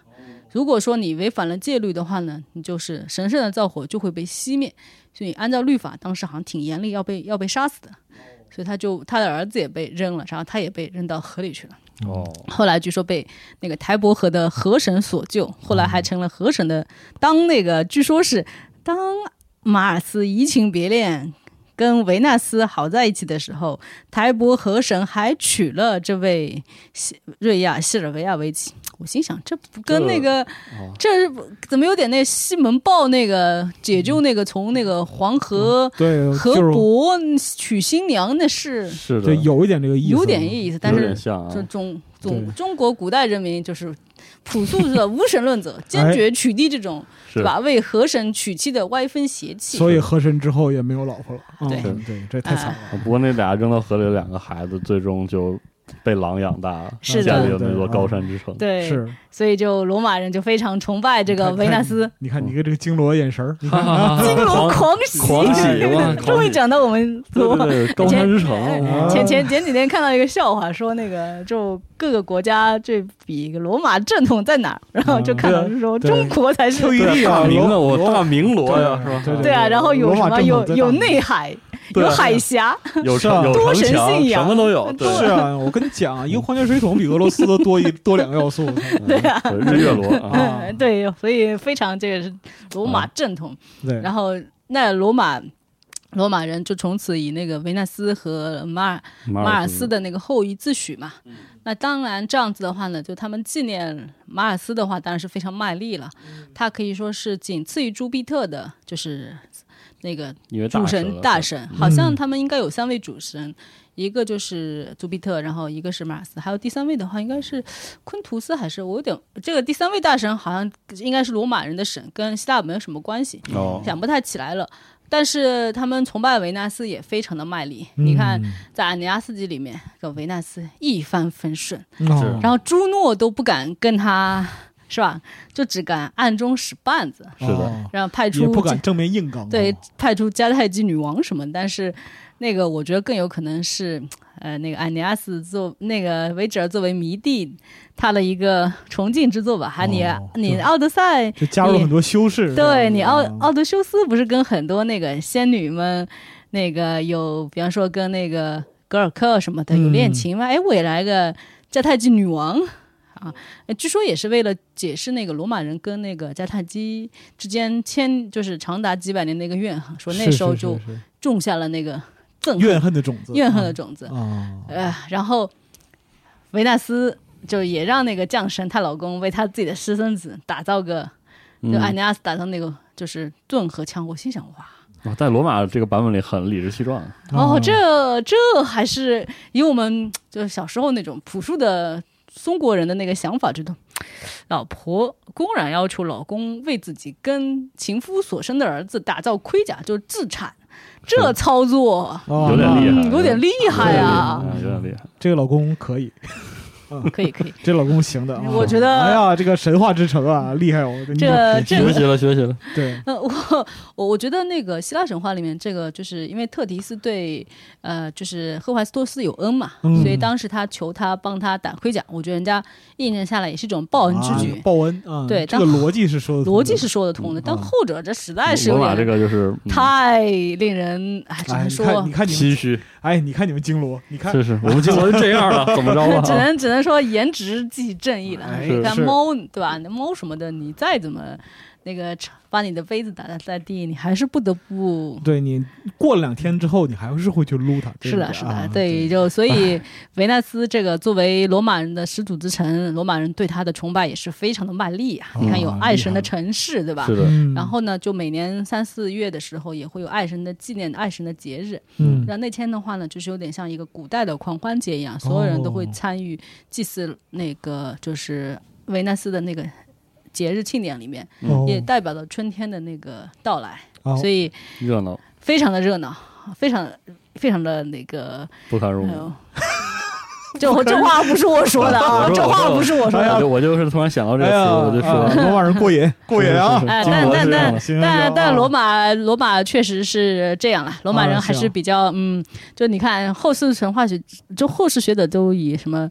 如果说你违反了戒律的话呢，你就是神圣的灶火就会被熄灭。所以按照律法，当时好像挺严厉，要被要被杀死的。所以他就他的儿子也被扔了，然后他也被扔到河里去了。哦，后来据说被那个台伯河的河神所救，后来还成了河神的。当那个据说是当马尔斯移情别恋，跟维纳斯好在一起的时候，台伯河神还娶了这位西瑞亚西尔维亚为妻。我心想，这不跟那个呃哦，这是不怎么有点那西门豹那个解救那个从那个黄河对，河就是伯娶新娘那是是的，对有一点这个意思，有点意思，但有是点像这啊，中对中中国古代人民就是朴素的无神论 者，哎坚决取缔这种是对吧？为河神娶妻的歪风邪气。所以和珅之后也没有老婆了，嗯对啊对，这太惨了。不过那俩扔到河里的两个孩子，最终就被狼养大了，是的家里有那座高山之城。对，是所以就罗马人就非常崇拜这个维纳斯，你看你跟这个金罗的眼神儿，你看金龙 狂喜，狂喜哇终于讲到我们对罗嗯马。对对，高山之城，前前前几天看到一个笑话，说那个就各个国家对比罗马正统在哪儿，然后嗯就看到是说对中国才是特意啊对大明的我大明罗对呀，是吧？对对啊，然后有什么有有内海，对有啊海峡，有是啊城有多城神墙，信仰什么都有。对是啊，我跟你讲，一个矿泉水桶比俄罗斯都多一多两个要素。对啊，日月罗啊，啊嗯， 对，所以非常这个是罗马正统。对，然后那罗马罗马人就从此以那个维纳斯和马尔马尔斯的嗯那个后裔自诩嘛。那当然这样子的话呢，就他们纪念马尔斯的话，当然是非常卖力了。他可以说是仅次于朱庇特的，就是那个因为大主蛇神了大神，好嗯像他们应该有三位主神，一个就是朱庇特，然后一个是马尔斯，还有第三位的话应该是昆图斯还是我有点这个第三位大神好像应该是罗马人的神，跟希腊没有什么关系，哦，想不太起来了。但是他们崇拜维纳斯也非常的卖力，你看嗯在《安尼亚斯基》里面，这个维纳斯一帆风顺，然然后朱诺都不敢跟他，是吧？就只敢暗中使绊子，是的，然后派哦出也不敢正面硬刚。啊对，派出迦太基女王什么，但是那个我觉得更有可能是，呃，那个安尼阿斯作那个维吉尔作为迷弟，他的一个崇敬之作吧。还你、哦你对奥德赛，就加入很多修饰。对你奥嗯奥德修斯不是跟很多那个仙女们，那个有比方说跟那个格尔克什么的有恋嗯情吗？哎，我也来个迦太基女王。啊，呃据说也是为了解释那个罗马人跟那个迦太基之间千就是长达几百年的一个怨恨，说那是时候是就是是种下了那个憎恨、怨恨嗯的种子，怨恨的种子。啊，呃，然后维纳斯就也让那个降神她老公为她自己的私生子打造个，就嗯安尼阿斯打造那个就是盾和枪。我心想，哇，哇在罗马这个版本里很理直气壮，哦，这这还是以我们就是小时候那种朴素的中国人的那个想法，这种老婆公然要求老公为自己跟情夫所生的儿子打造盔甲，就是自产，这操作有有点厉害嗯嗯，有点厉害啊！有点厉害，啊这个老公可以，可以 可以，这老公行的啊。嗯我觉得哎呀，这个神话之城啊，厉害哦！这个这学个习了，学习了， 对，呃，我我我觉得那个希腊神话里面，这个就是因为特提斯对呃，就是赫淮斯托斯有恩嘛，嗯所以当时他求他帮他打盔甲，我觉得人家一年下来也是一种报恩之举，啊报恩嗯啊，对这个但逻辑是说得通的，逻辑是说得通的，但后者这实在是有罗马点这个就是嗯太令人哎，只哎，能你说、看，你看你唏们，嘘，哎，你看你们金罗，你看是是，我们金国是 这样的，怎么着 只吧？能只能说颜值即正义了。啊哎你看是猫对吧？那猫什么的，你再怎么那个把你的杯子打在在地，你还是不得不对你过了两天之后，你还是会去撸它。对是不的，对是啊的，对啊对，，就所以 维纳斯这个作为罗马人的始祖之城，罗马人对他的崇拜也是非常的卖力啊。你看有哦爱神厉害的城市，对吧是？的，嗯然后呢，就每年三四月的时候也会有爱神的纪念爱神的节日。嗯然后那天的话呢，就是有点像一个古代的狂欢节一样，所有人都会哦参与祭祀那个就是维纳斯的那个节日庆典里面，哦嗯也代表了春天的那个到来，哦所以热闹非常的热闹，非常非常的那个。不堪入哎目。嗯呦 这这话不是我说的啊，我这说我话说不是我说哎呀的。我就我就是突然想到这个词，我就啊说罗马人过 瘾，过瘾啊！哎，金但罗但是这样但的行行行但啊但罗马罗马确实是这样了，罗马啊人还是是啊比较嗯，就你看后世神话学，就后世学者都以什么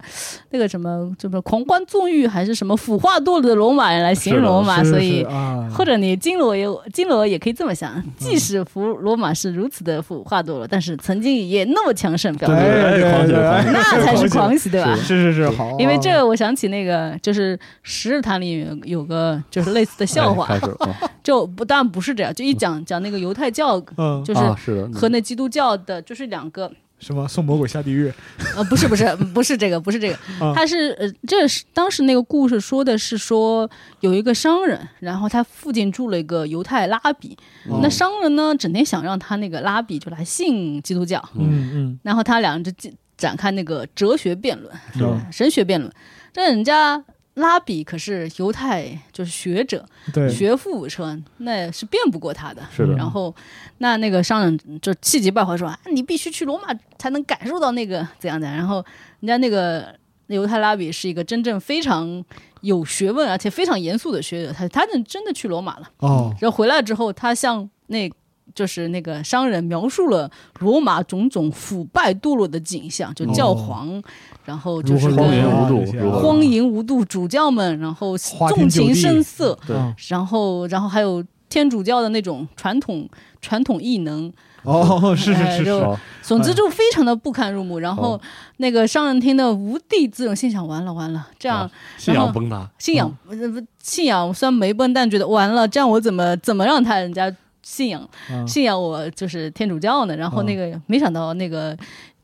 那个什么什么狂欢纵欲还是什么腐化堕落的罗马人来形是的容罗马，是所是以啊嗯或者你金罗也金罗也可以这么想，即使弗罗马是如此的腐化堕落，但是曾经也那么强盛，表对示哎狂对喜对狂喜哎那才是狂狂喜，对吧？是是是好啊，因为这个我想起那个，就是《十日谈》里有有个就是类似的笑话，哎开始 了就不但不是这样，就一讲讲那个犹太教嗯就是啊，是的，和那基督教的，就是两个什么送魔鬼下地狱呃，不是不是不是这个，不是这个啊，他是呃，这是当时那个故事说的是说有一个商人，然后他附近住了一个犹太拉比，那商人呢整天想让他那个拉比就来信基督教，嗯然后他俩就进展开那个哲学辩论、啊嗯，有神学辩论，这人家。拉比可是犹太，就是学者、嗯对，学富五车，那是辩不过他的。是的，然后，那那个商人就气急败坏说：“啊，你必须去罗马才能感受到那个怎样怎样。”然后，人家那个犹太拉比是一个真正非常有学问，而且非常严肃的学者，他他真真的去罗马了。哦，然后回来之后，他向那就是那个商人描述了罗马种种腐败堕落的景象，就教皇，然后就哦如是何跟荒淫啊无度这些如何荒淫无度主教们，然后花天纵酒地情声色，对啊然后然后还有天主教的那种传统传统异能，哦，嗯哦是是哎是，就是好，总之就非常的不堪入目。然后那个商人听得无地自容，心想完了完了，这哦样啊信仰崩 塌，信仰、嗯呃不信仰虽然没崩，但觉得完了，这样我怎么怎么让他人家信仰嗯信仰我就是天主教呢？然后那个、没想到那个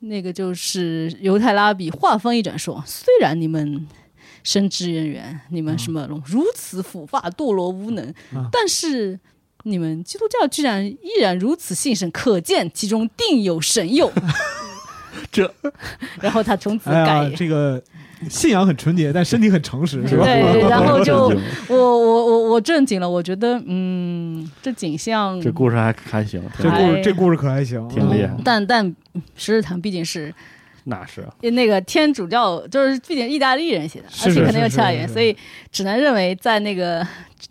那个就是犹太拉比话锋一转说，虽然你们。深知渊源，你们什么如此腐化堕落无能，嗯但是你们基督教居然依然如此信神，可见其中定有神 佑。这，然后他从此哎改呀，这个信仰很纯洁，但身体很诚实，是吧？ 对，然后就嗯我我我我正经了，我觉得嗯，这景象这故事嗯还还行，这故哎事这故事可还行，啊挺厉害但但十日谈毕竟是那是啊那个天主教，就是毕竟意大利人写的，是而且是可能有是其他是原因，是所以只能认为在那个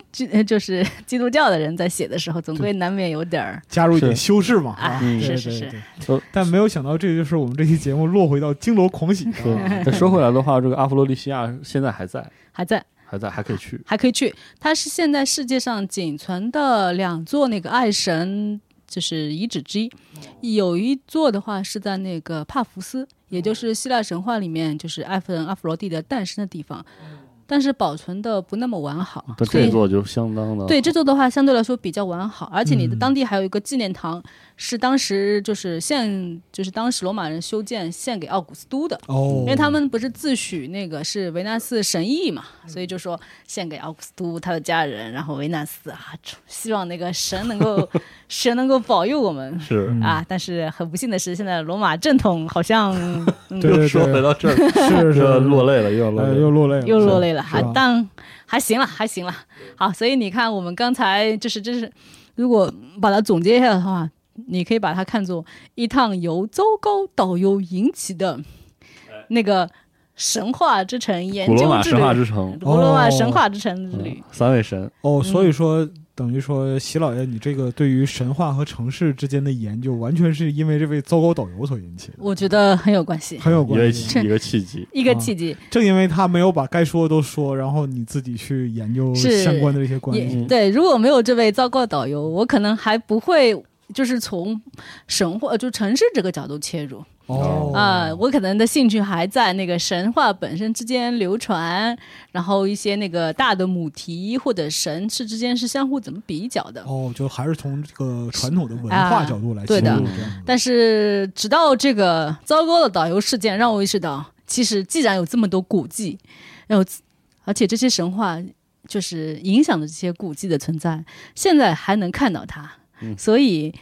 就就是基督教的人在写的时候，总归难免有点儿加入一点修饰嘛，啊啊，嗯对是是对是对呃但没有想到，这就是我们这期节目落回到金罗狂喜 啊是上。。但说回来的话，这个阿佛罗利西亚现在还在，还在还在，还可以去。还可以去。它是现在世界上仅存的两座那个爱神就是遗址之一，有一座的话是在那个帕福斯，也就是希腊神话里面就是爱神阿佛罗蒂的诞生的地方，但是保存的不那么完好。嗯但所以这座就相当的对这座的话，相对来说比较完好，而且你的哦嗯当地还有一个纪念堂，是当时就是献，就是当时罗马人修建献给奥古斯都的。哦，因为他们不是自诩那个是维纳斯神意嘛，所嗯以就说献给奥古斯都他的家人，然后维纳斯啊， 希望那个神 能够神能够保佑我们是啊。但是很不幸的是，现在罗马正统好像嗯对又说回到这儿，是 又要是落泪了，又要落呃，泪又了。落泪了，又落是泪了，还吧但还行了，还行了。好，所以你看，我们刚才就是这是，如果把它总结一下的话，你可以把它看作一趟由糟糕导游引起的那个神话之城研古罗究马之神话旅，之城，嗯古罗马神话之城之旅。三位神，哦，所嗯以说。等于说，席老爷，你这个对于神话和城市之间的研究，完全是因为这位糟糕导游所引起的，我觉得很有关系，很有一个关系。契一个契机。一个哦契机，正因为他没有把该说的都说，然后你自己去研究是相关的这些关系，也对。如果没有这位糟糕导游，我可能还不会。就是从神话，就城市这个角度切入，哦啊、我可能的兴趣还在那个神话本身之间流传，然后一些那个大的母题或者神是之间是相互怎么比较的。哦，就还是从这个传统的文啊化角度来对的切入这样但是直到这个糟糕的导游事件，让我意识到，其实既然有这么多古迹，然后而且这些神话就是影响着这些古迹的存在，现在还能看到它，所以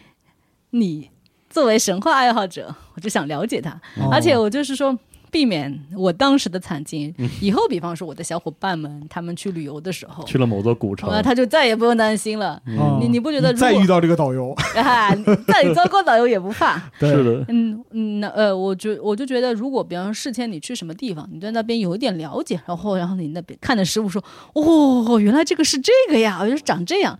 你作为神话爱好者，我就想了解它，哦而且我就是说。避免我当时的惨境，以后比方说我的小伙伴们他们去旅游的时候，去了某座古城，啊，他就再也不用担心了。嗯哦你你不觉得如果再遇到这个导游， 哎，再糟糕导游也不怕，是的，嗯嗯，那呃，我就我就觉得，如果比方说事前你去什么地方，你对那边有一点了解，然后然后你那边看的食物说，哦，原来这个是这个呀，哦原来是长这样，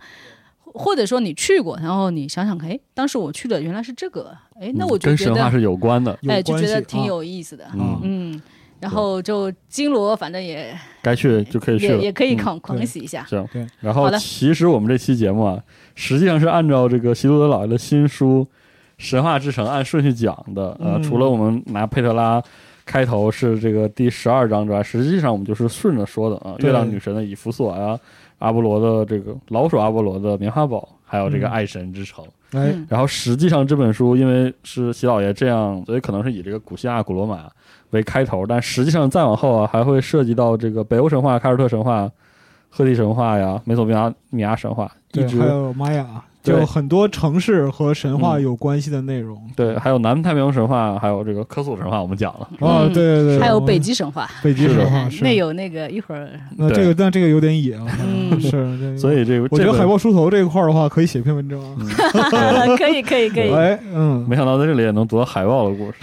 或或者说你去过，然后你想想看，哎，当时我去的原来是这个，哎，那我嗯就跟觉神话得，是有关的，哎，有就关觉得系挺啊有意思的，啊嗯，嗯。然后就金锣，反正也该去就可以去也了，也可以嗯狂狂对喜一下。行对，然好后的其实我们这期节目啊，实际上是按照这个席多德老爷的新书《神话之城》按顺序讲的。呃，嗯除了我们拿佩特拉开头是这个第十二章之外，实际上我们就是顺着说的啊。对月亮女神的以弗所啊，阿波罗的这个老鼠阿波罗的棉花堡，还还有这个嗯爱神之城。哎，嗯然后实际上这本书因为是习老爷这样，所以可能是以这个古希腊、古罗马为开头，但实际上再往后啊，还会涉及到这个北欧神话、凯尔特神话、赫蒂神话呀、美索不达米亚神话，一对，直还有玛雅，对就很多城市和神话嗯有关系的内容。对，还有南太平洋神话，还有这个科索神话，我们讲了。哦，嗯对对对，还有我们北极神话，北极神话啊是那有那个一会儿，那对这个，但这个有点野啊，嗯， 是。这所以这个我觉得这海本豹梳头这一块儿的话，可以写篇文章啊。呃可以可以可以，哎，嗯，没想到在这里也能读到海豹的故事。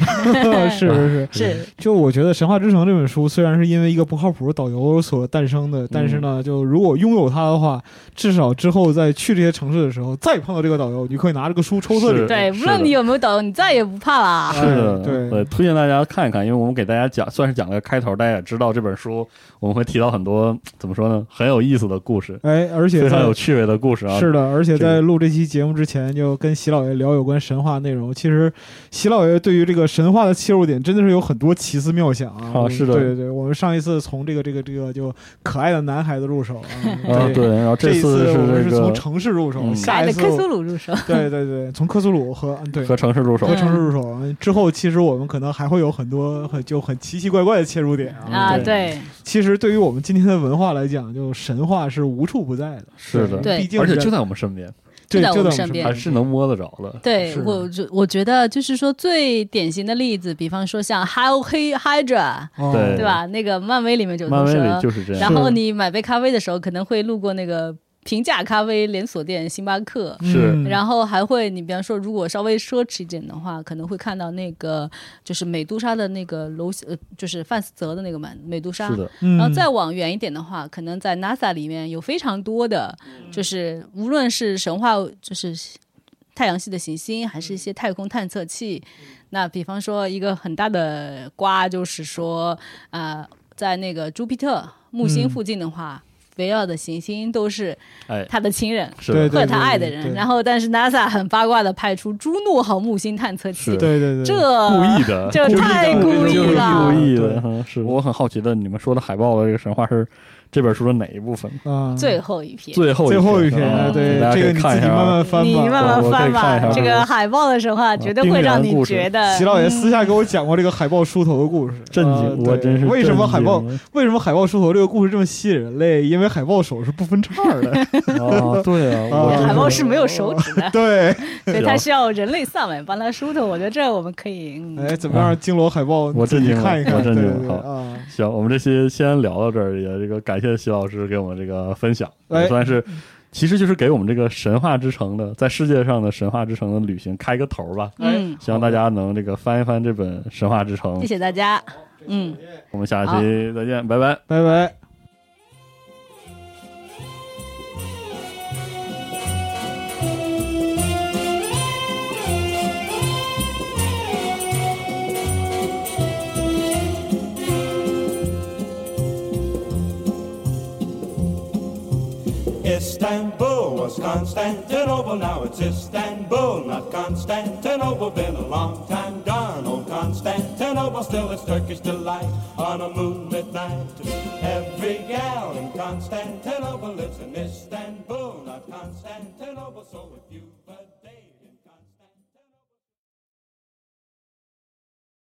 是是哎是。是就我觉得《神话之城》这本书虽然是因为一个不靠谱的导游所诞生嗯的，但是呢，就如果拥有它的话，至少之后在去这些城市的时候，再碰到这个导游，你可以拿这个书抽测是你。对，是无的论你有没有导游，你再也不怕啦。是的， 哎对推荐大家看一看，因为我们给大家讲，算是讲了个开头，大家也知道这本书我们会提到很多怎么说呢，很有意思的故事，哎，而且非常在有趣味的故事啊。是的，而且这个在录这期节目之前，就跟席老爷聊有关神话内容。其实，席老爷对于这个神话的切入点真的是有很多奇思妙想啊。啊是的，对对对，我们上一次从这个这个这个就可爱的男孩子入手啊 啊，对，然后这一次我们是是这从个城市入手，嗯可下爱一的次科苏鲁入手， 对对对，从科苏鲁和嗯对和城市入手和城市入手之后，其实我们可能还会有很多很就很奇奇怪怪的切入点啊，对对，其实对于我们今天的文化来讲，就神话是无处不在的。是的对毕竟而且人就在我们身边，对就在我就们在身边还是能摸得着的。对是我觉我觉得就是说最典型的例子，比方说像 h o Hey Hydra，哦对对吧？那个漫威里面就有漫威毒蛇里，就是这样然，后是你买杯咖啡的时候，可能会路过那个平价咖啡连锁店星巴克。是嗯然后还会，你比方说，如果稍微奢侈一点的话，可能会看到那个就是美杜莎的那个楼，呃，就是范思哲的那个嘛，美杜莎。是的，嗯然后再往远一点的话，可能在 NASA 里面有非常多的，嗯就是无论是神话，就是太阳系的行星，还是一些太空探测器。嗯那比方说一个很大的瓜，就是说啊、在那个朱庇特木星嗯附近的话，围绕的行星都是哎，他的亲人。是对的，对或者他爱的对人，然后但是 NASA 很八卦的派出朱诺号木星探测器是，对对对，这故意的， 这故意的太故这就就是意是故了。意对的。嗯是我很好奇的，你们说的海豹的这个神话是这本书的哪一部分？啊，最后一篇，最后最后一篇啊，篇，对大家可这个以你看自一下己啊慢慢翻吧，你慢慢我再翻看一下吧啊。这个海报的神话绝对会让你觉得嗯席老爷私下给我讲过这个海豹梳头的故事，震啊惊，我对真是为什么震惊海豹了为什么海豹梳头这个故事这么吸引人类？因为海豹手是不分叉 的，啊？对啊，我 啊，真海是豹是没有手指的 对，所以它需要人类萨满帮它梳头。我觉得这我们可以，嗯哎，怎么样让金锣海豹？啊我自震己惊了看一看，我震惊了对对对好啊，行，我们这期先聊到这儿，也这个感谢徐老师给我们这个分享，哎也算是，其实就是给我们这个神话之城的，在世界上的神话之城的旅行开个头吧。嗯，希望大家能这个翻一翻这本《神话之城谢》，谢大家，嗯。我们下期再见，拜拜。拜拜。 Istanbul was Constantinople, now it's Istanbul, not Constantinople. Been a long time gone, old Constantinople, still it's Turkish delight on a moonlit night. Every gal in Constantinople lives in Istanbul, not Constantinople, so.